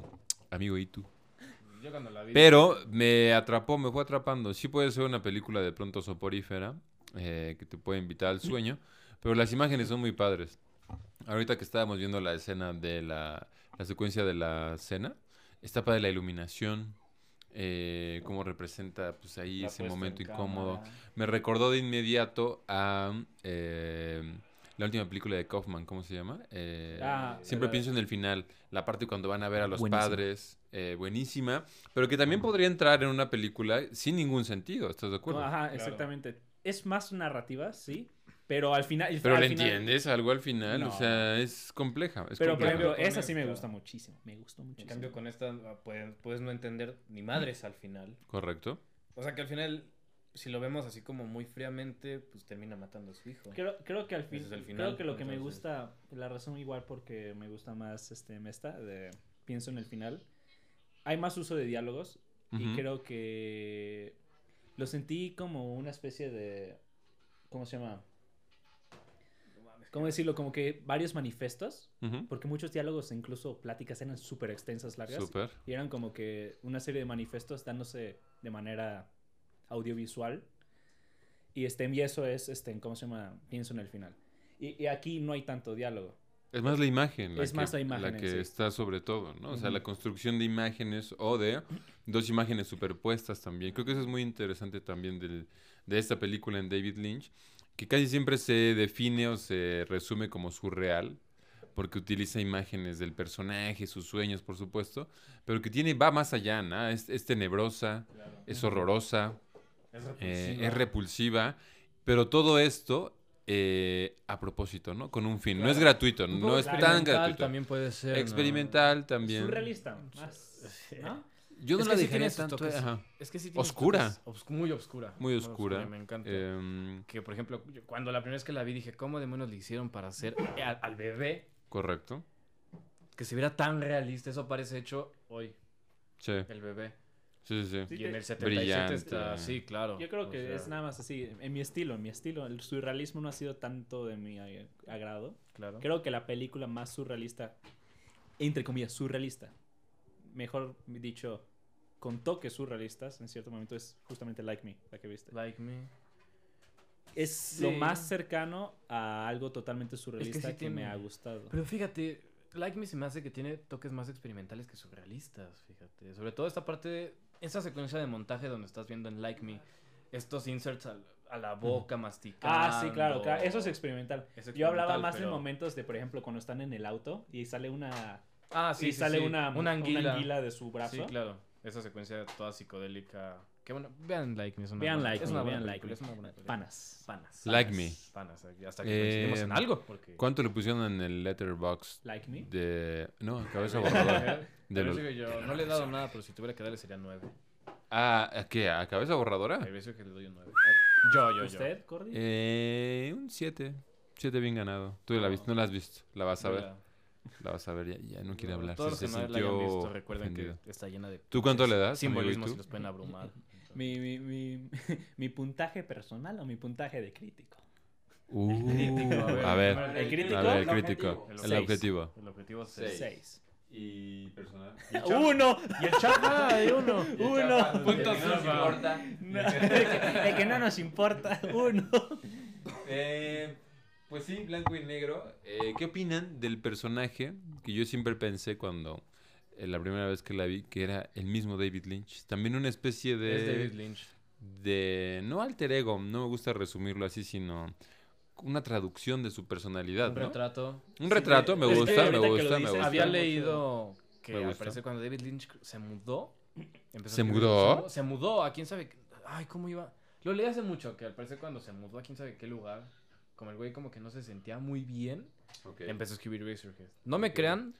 Speaker 1: amigo Itu.
Speaker 5: Pues, Yo cuando la vi.
Speaker 1: Pero me atrapó, me fue atrapando. Sí puede ser una película de pronto soporífera eh, que te puede invitar al sueño, pero las imágenes son muy padres. Ahorita que estábamos viendo la escena de la, la secuencia de la cena, está padre la iluminación, eh, cómo representa pues ahí
Speaker 4: La
Speaker 1: ese
Speaker 4: puesta
Speaker 1: momento
Speaker 4: en
Speaker 1: incómodo.
Speaker 4: cámara.
Speaker 1: Me recordó de inmediato a eh, la última película de Kaufman, ¿cómo se llama? Eh,
Speaker 4: Ah,
Speaker 1: siempre
Speaker 4: la-
Speaker 1: pienso en el final, la parte cuando van a ver a los
Speaker 3: Buenísima.
Speaker 1: padres, eh, buenísima, pero que también podría entrar en una película sin ningún sentido, ¿estás de acuerdo?
Speaker 4: Ajá, exactamente. Es más narrativa, sí, pero al final... al
Speaker 1: Pero le
Speaker 4: final-
Speaker 1: entiendes algo al final,
Speaker 4: No.
Speaker 1: o sea, es compleja. es
Speaker 4: Pero, por
Speaker 1: compleja.
Speaker 4: ejemplo,
Speaker 5: Con
Speaker 4: esa sí me
Speaker 5: esta-
Speaker 4: gusta muchísimo. Me gustó
Speaker 5: En
Speaker 4: muchísimo.
Speaker 5: cambio, con esta ah, puedes, puedes no entender ni madres al final.
Speaker 1: Correcto.
Speaker 5: O sea, que al final, si lo vemos así como muy fríamente, pues termina matando a su hijo.
Speaker 4: Creo, creo que al fin,
Speaker 5: Ese es el
Speaker 4: creo
Speaker 5: final,
Speaker 4: que lo que me
Speaker 5: entonces.
Speaker 4: gusta, la razón igual porque me gusta más este Mesta, de pienso en el final, hay más uso de diálogos y
Speaker 1: Ujú.
Speaker 4: creo que lo sentí como una especie de, ¿cómo se llama? ¿Cómo decirlo? Como que varios manifestos,
Speaker 1: Ujú.
Speaker 4: porque muchos diálogos, e incluso pláticas, eran súper extensas, largas.
Speaker 1: Súper.
Speaker 4: Y eran como que una serie de manifestos dándose de manera audiovisual. Y, este, y eso es, este, ¿cómo se llama? Pienso en el final. Y, y aquí no hay tanto diálogo.
Speaker 1: Es más la imagen. La
Speaker 4: Es
Speaker 1: que,
Speaker 4: más la imagen en
Speaker 1: que
Speaker 4: sí.
Speaker 1: está sobre todo, ¿no? O sea,
Speaker 4: Ujú.
Speaker 1: la construcción de imágenes o de dos imágenes superpuestas también. Creo que eso es muy interesante también del- de esta película en David Lynch, que casi siempre se define o se resume como surreal, porque utiliza imágenes del personaje, sus sueños, por supuesto, pero que tiene, va más allá, ¿no? Es, es tenebrosa, es horrorosa, eh, es repulsiva, pero todo esto... eh, a propósito, ¿no? Con un fin. No es gratuito,
Speaker 5: Un
Speaker 1: no
Speaker 5: poco
Speaker 1: es tan gratuito.
Speaker 5: También puede ser. ¿no?
Speaker 1: Experimental también.
Speaker 4: Surrealista, más. ¿no?
Speaker 1: Yo no
Speaker 5: Es
Speaker 1: la
Speaker 5: que sí
Speaker 1: dejaría
Speaker 5: tiene sus
Speaker 1: tanto.
Speaker 5: toques,
Speaker 1: eh, ajá.
Speaker 5: Es que sí tiene sus
Speaker 1: Oscura.
Speaker 5: toques obs- muy obscura.
Speaker 1: Muy oscura.
Speaker 5: Me encanta.
Speaker 1: Em,
Speaker 5: Que, por ejemplo, yo cuando la primera vez que la vi dije, ¿cómo demonios le hicieron para hacer a- al bebé
Speaker 1: correcto.
Speaker 5: que se viera tan realista? Eso parece hecho hoy,
Speaker 1: Sí,
Speaker 5: el bebé.
Speaker 1: sí, sí. sí.
Speaker 4: Sí,
Speaker 5: y en
Speaker 4: te-
Speaker 5: el 77 está,
Speaker 1: Brillante.
Speaker 5: sí, claro.
Speaker 4: Yo creo
Speaker 5: O
Speaker 4: que
Speaker 5: sea,
Speaker 4: es nada más así, en mi estilo, en mi estilo. El surrealismo no ha sido tanto de mi ag- agrado.
Speaker 5: Claro.
Speaker 4: Creo que la película más surrealista, entre comillas, surrealista, mejor dicho, con toques surrealistas en cierto momento es justamente Like Me, la que viste.
Speaker 5: Like me.
Speaker 4: Es lo más cercano a algo totalmente surrealista que,
Speaker 5: sí tiene-
Speaker 4: me ha gustado.
Speaker 5: Pero fíjate, Like Me se me hace que tiene toques más experimentales que surrealistas, fíjate. Sobre todo esta parte, de, esa secuencia de montaje donde estás viendo en Like Me, estos inserts al- a la boca masticando.
Speaker 4: Ah, sí, claro, claro, Eso es experimental.
Speaker 5: Es
Speaker 4: Yo hablaba
Speaker 5: experimental,
Speaker 4: más en
Speaker 5: pero-
Speaker 4: momentos de, por ejemplo, cuando están en el auto y sale una...
Speaker 5: Ah, sí,
Speaker 4: y
Speaker 5: sí,
Speaker 4: sale
Speaker 5: sí.
Speaker 4: Una, una anguila. de su brazo.
Speaker 5: Sí, claro. Esa secuencia toda psicodélica. Qué bueno. Vean Like Me. Es una
Speaker 4: Vean
Speaker 5: buena-
Speaker 4: Like
Speaker 5: es
Speaker 4: Me,
Speaker 5: una buena
Speaker 4: vean Like
Speaker 5: película,
Speaker 4: Me.
Speaker 5: Es una buena película.
Speaker 4: Panas.
Speaker 5: Panas.
Speaker 1: Like
Speaker 5: panas,
Speaker 1: Me.
Speaker 5: Panas. Hasta que coincidimos
Speaker 1: Eh,
Speaker 5: en algo. Porque...
Speaker 1: ¿Cuánto le pusieron en el letterbox
Speaker 4: Like Me.
Speaker 1: de. No, cabeza borradora. de
Speaker 5: Pero
Speaker 1: los-
Speaker 5: sigo yo, no le he dado nada, pero si tuviera que darle sería 9.
Speaker 1: Ah, ¿a qué? ¿A cabeza borradora?
Speaker 5: Hay veces que le doy un 9. Yo, yo, yo.
Speaker 4: ¿Usted, Cordy?
Speaker 1: Eh, un 7. 7 bien ganado. Tú ya la viste, no la has visto. La vas a ver. La vas a ver, ya, ya no quiere
Speaker 5: No,
Speaker 1: hablar.
Speaker 5: Todos
Speaker 1: se-
Speaker 5: los
Speaker 1: se
Speaker 5: que no la hayan
Speaker 1: sintió
Speaker 5: visto recuerden
Speaker 1: ofendido.
Speaker 5: que está llena de
Speaker 1: ¿Tú cuánto le
Speaker 5: pinches
Speaker 1: das, amigo, y
Speaker 5: Simbolismos
Speaker 1: tú?
Speaker 5: y los pueden abrumar.
Speaker 4: Mi, mi, mi, mi puntaje personal o mi puntaje de crítico.
Speaker 1: Uh, a ver.
Speaker 4: ¿El crítico?
Speaker 1: A ver, el
Speaker 8: El
Speaker 1: crítico.
Speaker 8: objetivo.
Speaker 1: El
Speaker 4: Seis.
Speaker 1: objetivo.
Speaker 5: El objetivo es
Speaker 9: Seis.
Speaker 4: Seis.
Speaker 9: Y personal.
Speaker 4: ¡Uno! ¡Y el
Speaker 5: ah,
Speaker 4: chapa! ¡Uno!
Speaker 1: pues,
Speaker 4: ¡Uno!
Speaker 9: Puntos no importa.
Speaker 4: No, el, que, el que no nos importa. ¡Uno!
Speaker 1: Eh, pues sí, blanco y negro. Eh, ¿Qué opinan del personaje que yo siempre pensé cuando eh, la primera vez que la vi que era el mismo David Lynch? También una especie de
Speaker 5: Es David Lynch.
Speaker 1: de no alter ego, no me gusta resumirlo así, sino una traducción de su personalidad,
Speaker 5: Un
Speaker 1: ¿no?
Speaker 5: retrato.
Speaker 1: Un retrato, me
Speaker 5: Es que
Speaker 1: gusta, me
Speaker 4: ahorita que lo
Speaker 1: gusta, me
Speaker 4: dices,
Speaker 1: gusta.
Speaker 5: Había
Speaker 4: mucho.
Speaker 5: leído que
Speaker 1: Este, Me
Speaker 5: al
Speaker 1: gustó.
Speaker 5: parecer cuando David Lynch se mudó. empezó a
Speaker 1: ¿Se
Speaker 5: escribir-
Speaker 1: mudó?
Speaker 5: mu- Se mudó a quién sabe. qué- Ay, ¿cómo iba? Lo leí hace mucho, que al parecer cuando se mudó a quién sabe qué lugar, como el güey como que no se sentía muy bien,
Speaker 1: Ok.
Speaker 5: empezó a escribir Razorhead. No me
Speaker 1: Ok.
Speaker 5: crean,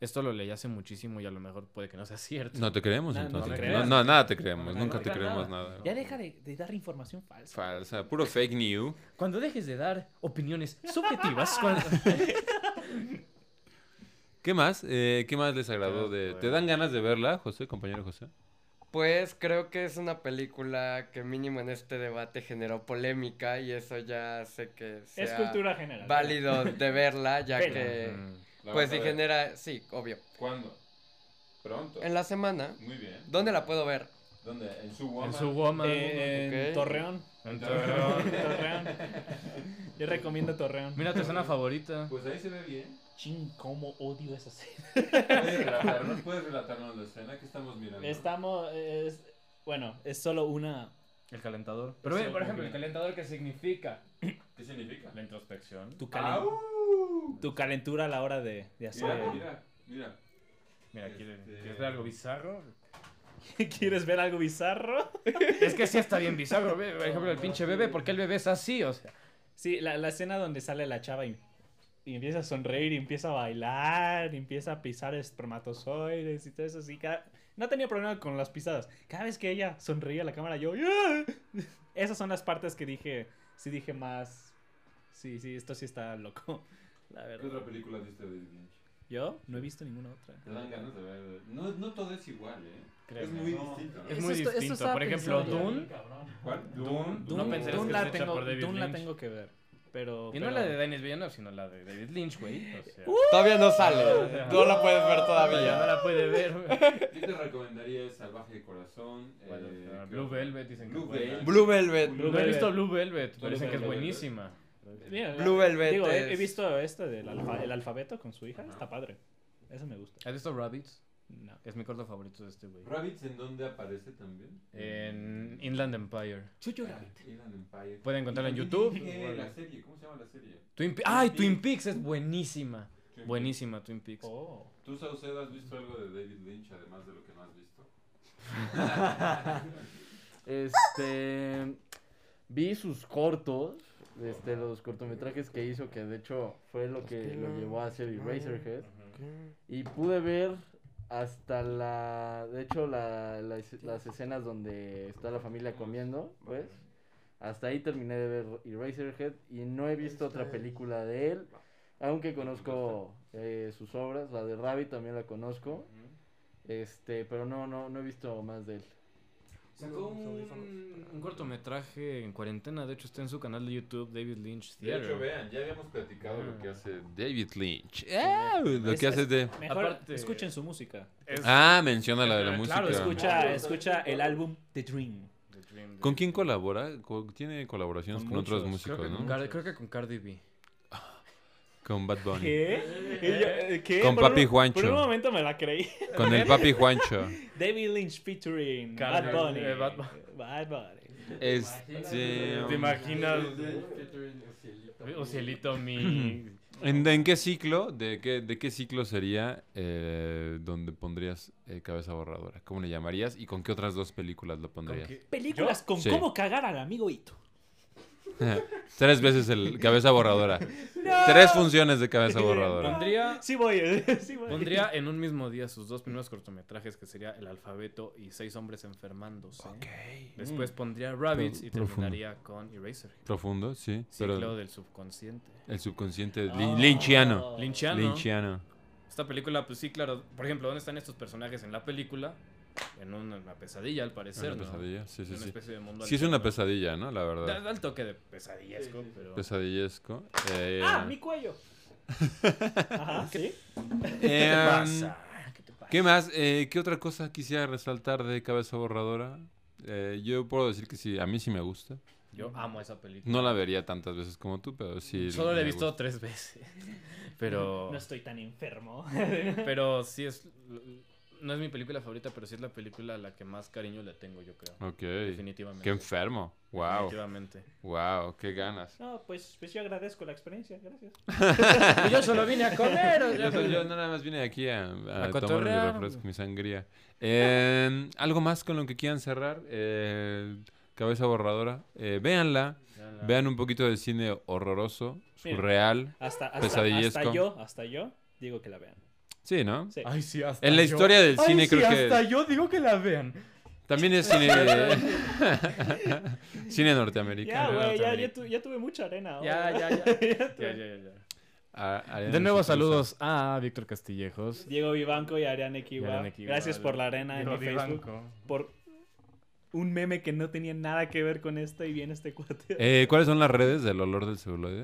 Speaker 5: esto lo leí hace muchísimo y a lo mejor puede que no sea cierto.
Speaker 1: No te creemos
Speaker 5: Nah, no
Speaker 1: entonces.
Speaker 5: me
Speaker 1: No,
Speaker 5: creas.
Speaker 1: no, nada te creemos.
Speaker 5: No,
Speaker 1: Nunca
Speaker 5: no
Speaker 1: te
Speaker 5: me creas
Speaker 1: creemos
Speaker 5: nada.
Speaker 1: nada.
Speaker 5: Ya
Speaker 4: deja de, de dar información falsa.
Speaker 1: Falsa, puro fake news.
Speaker 5: Cuando dejes de dar opiniones subjetivas, cuando-
Speaker 1: ¿Qué más? Eh, ¿Qué más les agradó? de... ¿Te dan ganas de verla, José, compañero José?
Speaker 8: Pues creo que es una película que mínimo en este debate generó polémica y eso ya sé que sea
Speaker 6: cultura general.
Speaker 8: válido de verla, ya
Speaker 6: Pero-
Speaker 8: que
Speaker 1: Mm. La
Speaker 8: pues
Speaker 1: vas
Speaker 8: si
Speaker 1: a ver.
Speaker 8: genera, sí, obvio.
Speaker 1: ¿Cuándo? Pronto.
Speaker 8: En la semana.
Speaker 1: Muy bien.
Speaker 8: ¿Dónde la puedo ver?
Speaker 1: ¿Dónde? En su
Speaker 5: En su Woman.
Speaker 11: Eh,
Speaker 8: en Ok. Torreón.
Speaker 5: En
Speaker 8: Torreón.
Speaker 5: Torreón.
Speaker 11: Yo recomiendo Torreón.
Speaker 5: Mira, tu escena favorita.
Speaker 1: Pues ahí se ve bien.
Speaker 11: Ching, cómo odio esa escena.
Speaker 9: ¿Puedes relatarnos, puedes relatarnos la escena que estamos mirando?
Speaker 11: Estamos. es- bueno, es solo una.
Speaker 5: El calentador.
Speaker 4: Pero ve,
Speaker 11: Sí,
Speaker 4: por ejemplo,
Speaker 11: ok.
Speaker 4: el calentador, ¿qué significa?
Speaker 9: ¿Qué significa?
Speaker 4: La introspección.
Speaker 11: Tu, calen-
Speaker 8: ¡Uh!
Speaker 11: tu calentura a la hora de, de
Speaker 9: Mira,
Speaker 11: hacer.
Speaker 9: mira, mira.
Speaker 4: Mira, ¿quiere-
Speaker 9: Este-
Speaker 4: ¿quieres ver algo bizarro?
Speaker 11: ¿Quieres ver algo bizarro?
Speaker 5: Es que sí está bien bizarro, ve, por ejemplo, el pinche bebé, ¿por qué el bebé es así? O sea,
Speaker 11: Sí, la, la escena donde sale la chava y, y empieza a sonreír, y empieza a bailar, y empieza a pisar espermatozoides y todo eso. Así, cada- No tenía problema con las pisadas. Cada vez que ella sonreía a la cámara, yo. "Ah". Esas son las partes que dije. Sí, dije más. Sí, sí, esto sí está loco. La
Speaker 9: ¿Qué
Speaker 11: verdad.
Speaker 9: otra película viste de David Lynch?
Speaker 11: Yo no he visto ninguna otra.
Speaker 9: Te dan ganas de ver. No, no todo es igual, ¿eh?
Speaker 5: Créeme.
Speaker 9: Es muy
Speaker 5: No.
Speaker 9: distinto. ¿no?
Speaker 5: Es muy distinto. Por ejemplo, Dune.
Speaker 9: ¿Cuál?
Speaker 5: Dune.
Speaker 11: Dune-
Speaker 5: no pensarás
Speaker 11: Dune
Speaker 5: que
Speaker 11: la
Speaker 5: es hecha
Speaker 11: tengo-
Speaker 5: por David
Speaker 11: Dune la
Speaker 5: Lynch.
Speaker 11: tengo que ver. Pero.
Speaker 5: Y no
Speaker 11: pero-
Speaker 5: la de Dennis Villeneuve, sino la de David Lynch, güey. O sea,
Speaker 8: Todavía no sale.
Speaker 5: Ah.
Speaker 8: No la puedes ver
Speaker 5: No
Speaker 8: todavía.
Speaker 5: la puede ver. güey.
Speaker 9: Yo te recomendaría Salvaje de Corazón.
Speaker 5: Bueno,
Speaker 9: eh,
Speaker 5: ah,
Speaker 9: creo-
Speaker 5: Blue Velvet dicen que
Speaker 9: Blue
Speaker 5: es buena.
Speaker 9: Velvet.
Speaker 8: Blue Velvet.
Speaker 5: No he
Speaker 11: Velvet.
Speaker 5: visto Blue Velvet,
Speaker 9: Blue
Speaker 5: pero dicen que es
Speaker 9: Velvet.
Speaker 5: buenísima.
Speaker 11: Mira,
Speaker 8: Blue Velvet
Speaker 11: Digo, he, he
Speaker 8: es-
Speaker 11: visto este del alfa- el alfabeto con su hija. Está padre. Eso me gusta.
Speaker 5: ¿Has visto Rabbits?
Speaker 11: No.
Speaker 5: Es mi corto favorito de este güey.
Speaker 9: ¿Rabbits en dónde aparece también?
Speaker 5: En Inland Empire.
Speaker 9: Chucho Rabbit. Inland Empire.
Speaker 5: Pueden encontrarla en
Speaker 9: Y
Speaker 5: YouTube.
Speaker 9: también tiene
Speaker 5: Bueno.
Speaker 9: la serie, ¿cómo se llama la serie?
Speaker 5: Twin Pe- ¡Ay, Twin Peaks es buenísima!
Speaker 9: Twin
Speaker 5: Buenísima Twin Peaks.
Speaker 11: Oh.
Speaker 9: ¿Tú, Saucedo, has visto algo de David Lynch además de lo que no has visto?
Speaker 2: Este. Vi sus cortos, este, los cortometrajes que hizo, que de hecho fue lo que Ah. lo llevó a hacer Eraserhead. Y pude ver hasta la. De hecho, la- la es- las escenas donde está la familia comiendo, pues. Hasta ahí terminé de ver Eraserhead y no he visto otra película de él. Aunque conozco eh, sus obras, la de Rabbit también la conozco. Este, pero no, no, no he visto más de él.
Speaker 5: Sacó un, un cortometraje en cuarentena, de hecho está en su canal de YouTube, David Lynch
Speaker 9: De
Speaker 5: Theater. Ah.
Speaker 9: hecho, vean, ya habíamos platicado lo que hace
Speaker 1: David Lynch. Ah, lo
Speaker 11: Es-
Speaker 1: que haces de.
Speaker 11: Mejor
Speaker 5: Aparte-
Speaker 11: escuchen su música.
Speaker 5: Es-
Speaker 1: Ah, menciona la de la
Speaker 5: Claro,
Speaker 1: música.
Speaker 11: Escucha, escucha el álbum The Dream.
Speaker 5: The Dream
Speaker 1: ¿Con
Speaker 5: de-
Speaker 1: quién colabora? Co- Tiene colaboraciones
Speaker 5: Con
Speaker 1: con, otros
Speaker 5: muchos,
Speaker 1: músicos,
Speaker 5: creo que
Speaker 1: ¿no?
Speaker 5: Con Gar- creo que con Cardi B.
Speaker 1: Con Bad Bunny.
Speaker 11: ¿Qué? Y yo, eh, ¿Qué?
Speaker 1: Con
Speaker 11: Por un-
Speaker 1: Papi Juancho.
Speaker 11: Por un momento me la creí.
Speaker 1: Con el papi Juancho.
Speaker 11: David Lynch featuring
Speaker 5: Cardi-
Speaker 11: Bad Bunny.
Speaker 5: eh, Bad
Speaker 11: Bad Bunny.
Speaker 1: Este.
Speaker 5: ¿Te imaginas? O cielito mi...
Speaker 1: ¿En, en qué ciclo? ¿De qué, de qué ciclo sería eh, donde pondrías eh, Cabeza Borradora? ¿Cómo le llamarías? ¿Y con qué otras dos películas lo pondrías?
Speaker 11: Películas con
Speaker 1: Sí.
Speaker 11: cómo cagar al amigo Ito.
Speaker 1: Tres veces el Cabeza Borradora. Tres funciones de Cabeza Borradora.
Speaker 5: Pondría,
Speaker 11: Sí voy, eh, sí voy.
Speaker 5: pondría en un mismo día sus dos primeros cortometrajes, que sería El Alfabeto y Seis Hombres Enfermándose. Después pondría Rabbits y
Speaker 1: Profundo.
Speaker 5: terminaría con Eraserhead.
Speaker 1: Profundo, sí.
Speaker 5: Ciclo
Speaker 1: Pero
Speaker 5: del subconsciente.
Speaker 1: el subconsciente lin-
Speaker 9: Oh.
Speaker 1: lynchiano.
Speaker 5: Ah. Lynchiano.
Speaker 1: Lynchiano.
Speaker 5: Esta película, pues sí, claro. Por ejemplo, ¿dónde están estos personajes en la película? En una, una pesadilla, al
Speaker 1: Es
Speaker 5: parecer.
Speaker 1: Una
Speaker 5: ¿no?
Speaker 1: pesadilla, sí, sí,
Speaker 5: una
Speaker 1: sí.
Speaker 5: especie de mundo
Speaker 1: Sí es una
Speaker 5: alterno.
Speaker 1: pesadilla, ¿no? La
Speaker 5: Da,
Speaker 1: verdad.
Speaker 5: da el toque de pesadillesco, pero.
Speaker 1: Pesadillesco. Eh,
Speaker 11: Ah, mi cuello. Ajá, sí.
Speaker 1: eh,
Speaker 5: Ah, ¿Qué te pasa?
Speaker 1: ¿Qué más? Eh, ¿Qué otra cosa quisiera resaltar de Cabeza Borradora? Eh, yo puedo decir que sí, a mí sí me gusta.
Speaker 5: Yo amo esa película.
Speaker 1: No la vería tantas veces como tú, pero sí.
Speaker 5: Solo la he
Speaker 1: me
Speaker 5: visto
Speaker 1: gusta.
Speaker 5: tres veces. Pero.
Speaker 1: Oh.
Speaker 11: No estoy tan enfermo.
Speaker 5: Pero sí es. no es mi película favorita, pero sí es la película a la que más cariño le tengo, yo creo.
Speaker 1: Ok.
Speaker 5: Definitivamente.
Speaker 1: Qué enfermo. Wow.
Speaker 5: Definitivamente.
Speaker 1: Wow, qué ganas.
Speaker 11: No, pues, pues yo agradezco la experiencia, gracias.
Speaker 5: yo solo vine a comer. o sea, pues,
Speaker 1: Yo, yo nada más vine aquí a, a
Speaker 5: A
Speaker 1: tomar mi
Speaker 5: cotorrear.
Speaker 1: refresco, mi sangría. Eh, ¿Algo más con lo que quieran cerrar? Eh, cabeza borradora. Eh, véanla.
Speaker 11: Ah.
Speaker 1: Vean un poquito de cine horroroso,
Speaker 11: Miren.
Speaker 1: surreal.
Speaker 11: Hasta, hasta,
Speaker 1: Pesadillesco.
Speaker 11: hasta yo, hasta yo digo que la vean.
Speaker 1: Sí, ¿no?
Speaker 11: Sí.
Speaker 5: Ay, sí, hasta
Speaker 1: En la
Speaker 5: yo.
Speaker 1: historia del cine creo que...
Speaker 11: hasta yo digo que la vean.
Speaker 1: También es cine... cine
Speaker 11: Ya,
Speaker 1: norteamericano.
Speaker 11: güey, ya,
Speaker 5: Norteamérica.
Speaker 11: ya, tu- ya tuve mucha arena.
Speaker 4: Ya,
Speaker 11: ahora.
Speaker 4: ya, ya.
Speaker 11: tuve-
Speaker 1: A- Ariana
Speaker 5: De nuevo,
Speaker 1: Sicruza.
Speaker 5: saludos a Víctor Castillejos.
Speaker 11: Diego Vivanco y Ariane
Speaker 5: Y
Speaker 11: Kiwa.
Speaker 5: Ariane Kiwa,
Speaker 11: Gracias por la arena en
Speaker 4: Diego
Speaker 11: mi Facebook. Por un meme que no tenía nada que ver con esto y viene este cuate.
Speaker 1: Eh, ¿Cuáles son las redes del olor del celuloide?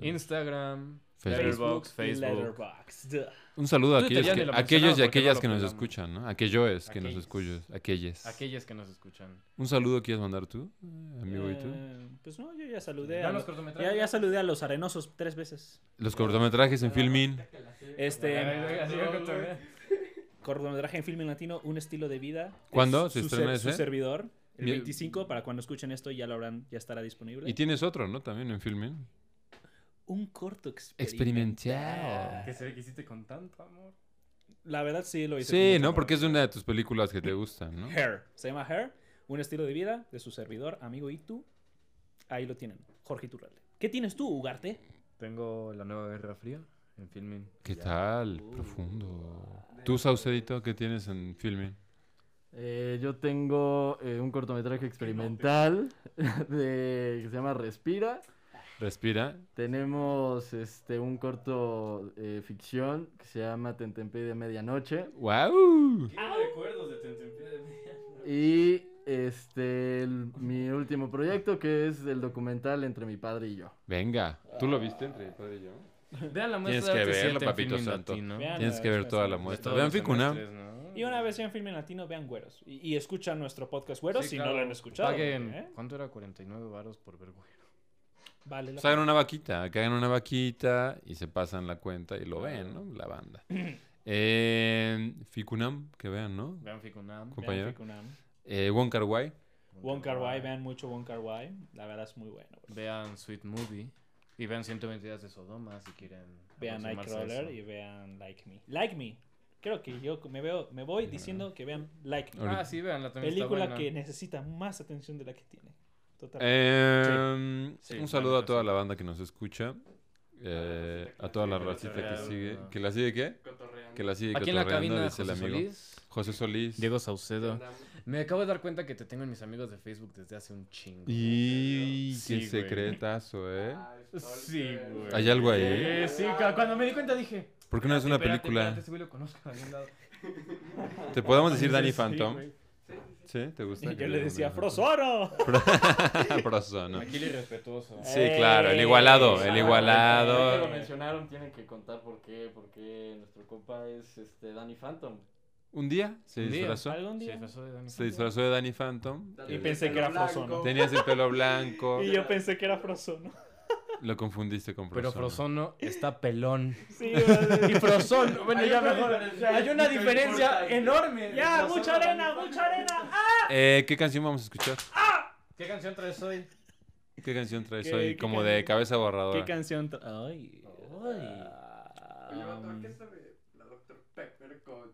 Speaker 1: Eh,
Speaker 5: Instagram,
Speaker 1: Facebook.
Speaker 5: Letterboxd,
Speaker 11: y
Speaker 5: Facebook.
Speaker 11: Letterboxd. Duh.
Speaker 1: Un saludo a
Speaker 5: Twitter
Speaker 1: aquellos,
Speaker 5: ya ni
Speaker 1: que-
Speaker 5: lo
Speaker 1: aquellos y
Speaker 5: mencionaba porque no
Speaker 1: aquellas
Speaker 5: lo
Speaker 1: que nos
Speaker 5: pelamos.
Speaker 1: escuchan, ¿no? Aquellos que nos
Speaker 5: Aquellos.
Speaker 1: escuchan. Aquellas.
Speaker 5: Aquellas que nos escuchan.
Speaker 1: Un saludo quieres mandar tú, eh, amigo, y tú.
Speaker 11: Eh, pues no, yo ya saludé. A
Speaker 5: Vean los
Speaker 11: los,
Speaker 5: cortometrajes.
Speaker 11: ya, ya saludé a los arenosos tres veces.
Speaker 1: Los cortometrajes en Filmin.
Speaker 11: Este
Speaker 5: Así que cotorrea.
Speaker 11: cortometraje en filme latino, un estilo de vida.
Speaker 1: ¿Cuándo
Speaker 11: Es
Speaker 1: se
Speaker 11: su
Speaker 1: estrena
Speaker 11: ser- su
Speaker 1: ese?
Speaker 11: servidor. El
Speaker 1: Mi-
Speaker 11: 25, para cuando escuchen esto ya lo habrán, ya estará disponible.
Speaker 1: Y tienes otro, ¿no? También en Filmin.
Speaker 11: un corto
Speaker 1: Experimental.
Speaker 6: Que se ve que hiciste con tanto amor.
Speaker 11: La verdad sí lo hice. con
Speaker 1: Sí,
Speaker 11: mucho
Speaker 1: ¿no?
Speaker 11: amor.
Speaker 1: Porque es una de tus películas que te gustan, ¿no?
Speaker 11: Hair. Se llama Hair, un estilo de vida de su servidor, amigo Itu. Ahí lo tienen, Jorge Iturralde. ¿Qué tienes tú, Ugarte?
Speaker 5: Tengo la nueva Guerra Fría en filming.
Speaker 1: ¿Qué tal? Profundo. Tú, Saucedito, ¿qué tienes en Filmin?
Speaker 2: Eh, yo tengo eh, un cortometraje experimental de, que se llama Respira.
Speaker 1: Respira.
Speaker 2: Tenemos este un corto eh, ficción que se llama Tentempié de Medianoche.
Speaker 1: ¡Wow!
Speaker 6: recuerdos de Tentempié de Medianoche?
Speaker 2: Y este el- mi último proyecto que es el documental Entre mi padre y yo.
Speaker 1: Venga. ¿Tú lo viste entre mi padre y yo?
Speaker 5: Vean la
Speaker 1: Tienes
Speaker 5: muestra
Speaker 1: que
Speaker 5: de arte
Speaker 1: verlo,
Speaker 5: siete en
Speaker 1: papito
Speaker 5: Filmin
Speaker 1: santo.
Speaker 5: Latino.
Speaker 11: Vean
Speaker 1: Tienes
Speaker 11: la
Speaker 1: que ver
Speaker 11: muestra
Speaker 1: toda
Speaker 11: de
Speaker 1: la
Speaker 11: arte.
Speaker 5: De
Speaker 1: muestra.
Speaker 5: todos
Speaker 1: Vean
Speaker 5: los
Speaker 1: Ficunam.
Speaker 5: semestres, ¿no?
Speaker 11: Y una vez en filme latino, vean Güeros. Y, y escuchan nuestro podcast Güeros
Speaker 5: Sí,
Speaker 11: si
Speaker 5: claro.
Speaker 11: no lo han escuchado.
Speaker 5: Paguen,
Speaker 11: ¿eh?
Speaker 5: ¿cuánto era? 49 varos por ver güero.
Speaker 11: Vale. la
Speaker 1: Pues hagan una vaquita, que hagan una vaquita y se pasan la cuenta y lo ven, ¿no? La banda. Eh, Ficunam, que vean, ¿no?
Speaker 5: Vean Ficunam.
Speaker 11: pena. Vean
Speaker 1: compañero.
Speaker 11: Ficunam.
Speaker 1: Eh, Wong Kar Wai.
Speaker 11: Wong Kar Wai, vean mucho Wong Kar Wai. La verdad es muy bueno. bro.
Speaker 5: Vean Sweet Movie. Y vean 120 días de Sodoma si quieren.
Speaker 11: Vean
Speaker 5: aproximarse a
Speaker 11: Nightcrawler
Speaker 5: eso.
Speaker 11: y vean Like Me. Like Me. Creo que yo me veo, me voy diciendo que vean Like Me.
Speaker 5: Ah, sí, veanla también. está
Speaker 11: película
Speaker 5: buena.
Speaker 11: que necesita más atención de la que tiene. Totalmente.
Speaker 1: Eh,
Speaker 5: Sí.
Speaker 1: un
Speaker 5: Sí,
Speaker 1: saludo a
Speaker 5: vale,
Speaker 1: toda
Speaker 5: sí.
Speaker 1: la banda que nos escucha. Eh, a toda la racita que sigue. ¿Que la sigue qué? Que la sigue
Speaker 5: Aquí en la
Speaker 1: cotorreando,
Speaker 5: cabina,
Speaker 1: dice el
Speaker 5: José
Speaker 1: amigo.
Speaker 5: Solís,
Speaker 1: José Solís.
Speaker 5: Diego Saucedo. Me acabo de dar cuenta que te tengo en mis amigos de Facebook desde hace un chingo.
Speaker 1: Y
Speaker 5: Sí,
Speaker 1: qué
Speaker 5: güey. Ah,
Speaker 1: secretazo, ¿eh?
Speaker 5: Sí, güey.
Speaker 1: Hay algo ahí.
Speaker 5: Eh, sí, ca- cuando me di cuenta dije.
Speaker 1: ¿Por qué no es una
Speaker 5: espérate,
Speaker 1: película?
Speaker 5: espérate, ese güey lo conozco de algún lado.
Speaker 1: ¿Te podemos decir
Speaker 5: Sí,
Speaker 1: Danny
Speaker 5: sí,
Speaker 1: Phantom?
Speaker 5: güey.
Speaker 1: ¿Sí? ¿Te gusta?
Speaker 11: Y
Speaker 1: que
Speaker 11: yo le
Speaker 1: digamos
Speaker 11: decía,
Speaker 1: Danny
Speaker 11: ¡Frozoro!
Speaker 1: Phantom? Frozono.
Speaker 5: Aquí el irrespetuoso.
Speaker 1: Sí, claro, el igualado, el
Speaker 11: Eh,
Speaker 2: Ah, ahorita que Lo
Speaker 1: igualado.
Speaker 2: mencionaron, tienen que contar por qué, por qué nuestro compa es este Danny Phantom.
Speaker 1: Un día se
Speaker 5: Un día.
Speaker 1: disfrazó.
Speaker 11: Algún
Speaker 5: Se
Speaker 11: día.
Speaker 5: disfrazó de Danny
Speaker 1: Se
Speaker 5: Phantom.
Speaker 1: disfrazó de Danny Phantom.
Speaker 11: Y
Speaker 1: Eh,
Speaker 11: pensé que era Frozono.
Speaker 1: Tenías el pelo blanco.
Speaker 11: Y yo pensé que era Frozono.
Speaker 1: Lo confundiste con
Speaker 5: Pero
Speaker 1: Frozono.
Speaker 5: Frozono está pelón.
Speaker 11: Sí, vale.
Speaker 5: Y Frozono, bueno, ya mejor.
Speaker 6: Hay una diferencia enorme.
Speaker 11: ¡Ya! ¡Mucha arena! ¡Mucha arena! ¡Ah!
Speaker 1: Eh, ¿Qué canción vamos a escuchar?
Speaker 5: ¿Qué canción traes hoy?
Speaker 1: ¿Qué canción traes
Speaker 11: ¿Qué-
Speaker 1: hoy?
Speaker 11: qué
Speaker 1: Como
Speaker 11: canción?
Speaker 1: de cabeza
Speaker 11: ¿Qué
Speaker 1: borradora.
Speaker 11: canción? tra- ¡Ay!
Speaker 8: Oye, vato, ¿a
Speaker 11: ay.
Speaker 8: ¿qué sabe la Dr. Pepper con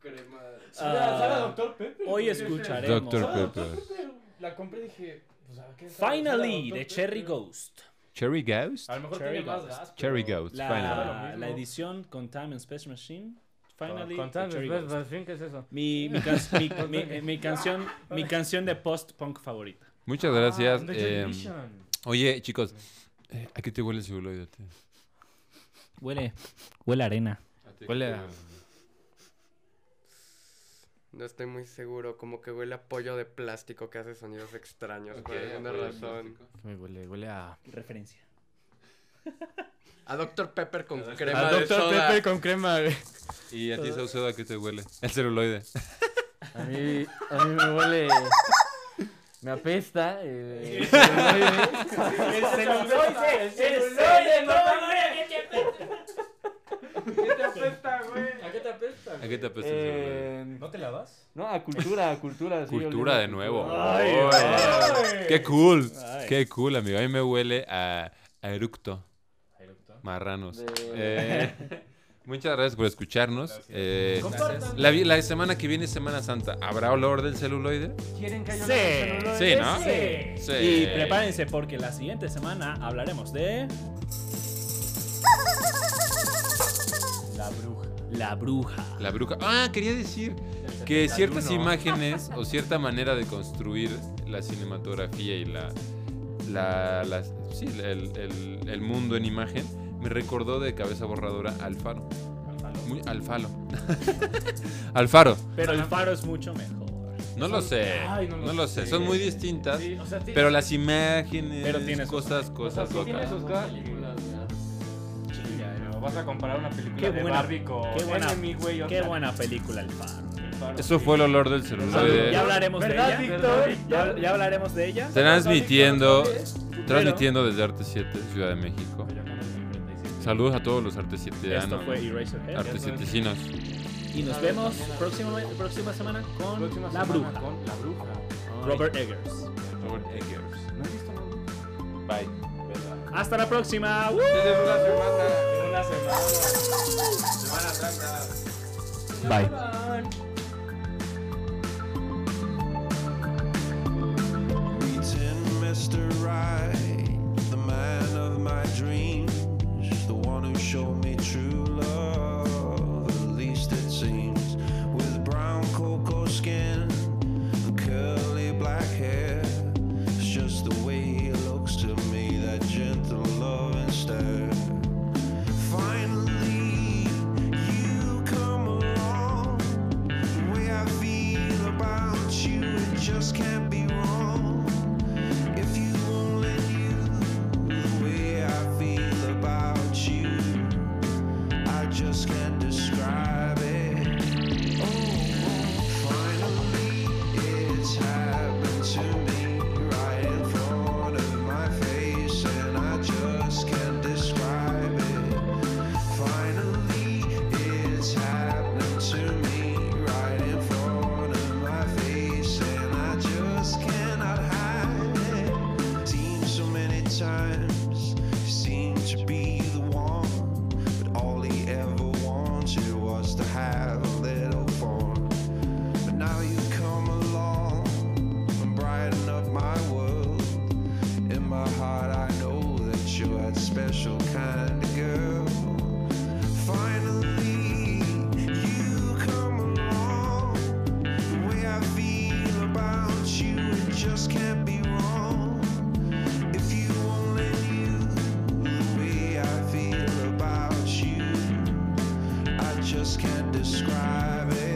Speaker 8: crema?
Speaker 11: Ah,
Speaker 6: Doctor Pepper?
Speaker 11: hoy escucharemos.
Speaker 1: Dr. Pepper.
Speaker 6: La compré y dije, pues a ver qué sabe?
Speaker 11: Finally,
Speaker 6: Sabe a
Speaker 11: de
Speaker 6: Dr.
Speaker 11: Cherry
Speaker 6: Pepper.
Speaker 11: Ghost.
Speaker 1: Cherry Ghost.
Speaker 5: A lo mejor
Speaker 11: Cherry
Speaker 5: tiene más
Speaker 11: Ghost.
Speaker 5: gas. pero-
Speaker 1: Cherry Ghost. Finally.
Speaker 11: La,
Speaker 6: Finally.
Speaker 11: la edición con Time and Space Machine. Finally, de
Speaker 5: Contame,
Speaker 11: Cherry
Speaker 5: pues,
Speaker 11: Ghost.
Speaker 5: al fin, ¿qué es eso?
Speaker 11: Mi, mi, can- mi- mi- eh, mi canción, mi canción de post-punk favorita.
Speaker 1: Muchas
Speaker 11: Ah,
Speaker 1: gracias.
Speaker 5: The
Speaker 1: eh,
Speaker 5: Joy Division.
Speaker 1: oye, chicos, eh, ¿a qué te huele el celuloide? tío?
Speaker 11: Huele, huele a arena.
Speaker 5: Huele a-
Speaker 8: No estoy muy seguro, como que huele a pollo de plástico que hace sonidos extraños por alguna razón.
Speaker 5: ¿Qué me huele? Huele a.
Speaker 11: Referencia.
Speaker 8: A Dr. Pepper con
Speaker 5: a
Speaker 8: crema de
Speaker 5: Dr.
Speaker 8: soda.
Speaker 5: Pepper con crema. güey.
Speaker 1: ¿Y a ti, Saucedo, a qué te huele? El celuloide.
Speaker 2: A mí, a mí me huele. Me apesta. eh, el celuloide.
Speaker 11: ¡El celuloide! ¡El celuloide!
Speaker 6: ¿Qué te apesta, güey? ¿A qué te apesta?
Speaker 1: ¿A qué te apesta el
Speaker 11: Eh,
Speaker 1: celular?
Speaker 9: ¿No te lavas?
Speaker 2: Em, No, a cultura, a cultura. sí,
Speaker 1: Cultura
Speaker 2: oliendo
Speaker 1: de
Speaker 2: a
Speaker 1: nuevo.
Speaker 2: cultura.
Speaker 1: Oy. ¡Qué cool!
Speaker 2: Ay.
Speaker 1: ¡Qué cool, amigo! A mí me huele a, a eructo.
Speaker 9: ¿Eructo?
Speaker 1: Marranos.
Speaker 2: De-
Speaker 1: Eh, muchas gracias por escucharnos. Eh,
Speaker 9: Compartan.
Speaker 1: la, vi- la semana que viene es Semana Santa. ¿Habrá olor del celuloide?
Speaker 2: ¿Quieren que haya
Speaker 4: Sí.
Speaker 2: olor del
Speaker 1: Sí,
Speaker 2: celuloide?
Speaker 1: ¿no?
Speaker 4: Sí.
Speaker 1: Sí.
Speaker 4: Y prepárense porque la siguiente semana hablaremos de. La bruja.
Speaker 3: La bruja.
Speaker 1: La bruja. Ah, quería decir que ciertas imágenes o cierta manera de construir la cinematografía y la. la, la- sí, el, el- el mundo en imagen me recordó de cabeza borradora al faro. Muy, al falo. al faro.
Speaker 4: Pero el faro es mucho mejor.
Speaker 1: No lo sé.
Speaker 5: Ay,
Speaker 1: no, lo sé. Son muy distintas.
Speaker 2: Sí, o sea, tiene-
Speaker 1: Pero las imágenes.
Speaker 4: Pero tiene sus-
Speaker 1: cosas,
Speaker 2: o sea,
Speaker 1: cosas
Speaker 2: sí tiene
Speaker 1: locas.
Speaker 2: sus cosas películas, ya.
Speaker 6: Vas a comparar una película
Speaker 4: Qué
Speaker 6: de
Speaker 4: buena-
Speaker 6: Barbie con
Speaker 4: qué buena-
Speaker 6: Enemy, güey, o
Speaker 4: Qué
Speaker 6: sea,
Speaker 4: buena película el faro.
Speaker 1: Eso fue el olor del
Speaker 4: Ya
Speaker 1: celular.
Speaker 4: hablaremos de ella.
Speaker 11: ¿Verdad, Víctor?
Speaker 4: Ya, ya hablaremos de ella.
Speaker 1: Transmitiendo. Transmitiendo desde Arte 7, Ciudad de México. Saludos a todos los Arte 7
Speaker 4: Esto fue Eraserhead.
Speaker 1: Arte 7
Speaker 4: Y nos vemos próximo, próxima semana con
Speaker 2: Próxima
Speaker 4: La
Speaker 2: semana
Speaker 4: Bruja.
Speaker 2: con La Bruja.
Speaker 4: Robert Eggers.
Speaker 1: Robert Eggers.
Speaker 2: No he visto nada.
Speaker 1: Bye.
Speaker 4: Hasta la próxima. ¡Woo!
Speaker 8: Desde una semana.
Speaker 6: en una semana.
Speaker 8: Semana Santa.
Speaker 3: Bye.
Speaker 10: Greeting Mr. Right, the man of my dreams, the one who showed me true love, at least it seems. With brown cocoa skin, and curly black hair, it's just the way he looks at me, that gentle loving stare. Finally, you come along. The way I feel about you, it just can't be wrong. If you only knew the way I feel about you, I just can't describe it. Oh, finally, it's happened to me right in front of my face, and I just can't describe it. Finally, it's happening to me right in front of my face, and I just cannot hide it. Seems so many times, you seem to be the one, but all he ever wanted was to have a little fun. But now you come along and brighten up my world. In my heart, I know that you're that special kind of girl. Finally, you come along. The way I feel about you, it just can't be wrong. If you only knew the way I feel about you, I just can't describe it.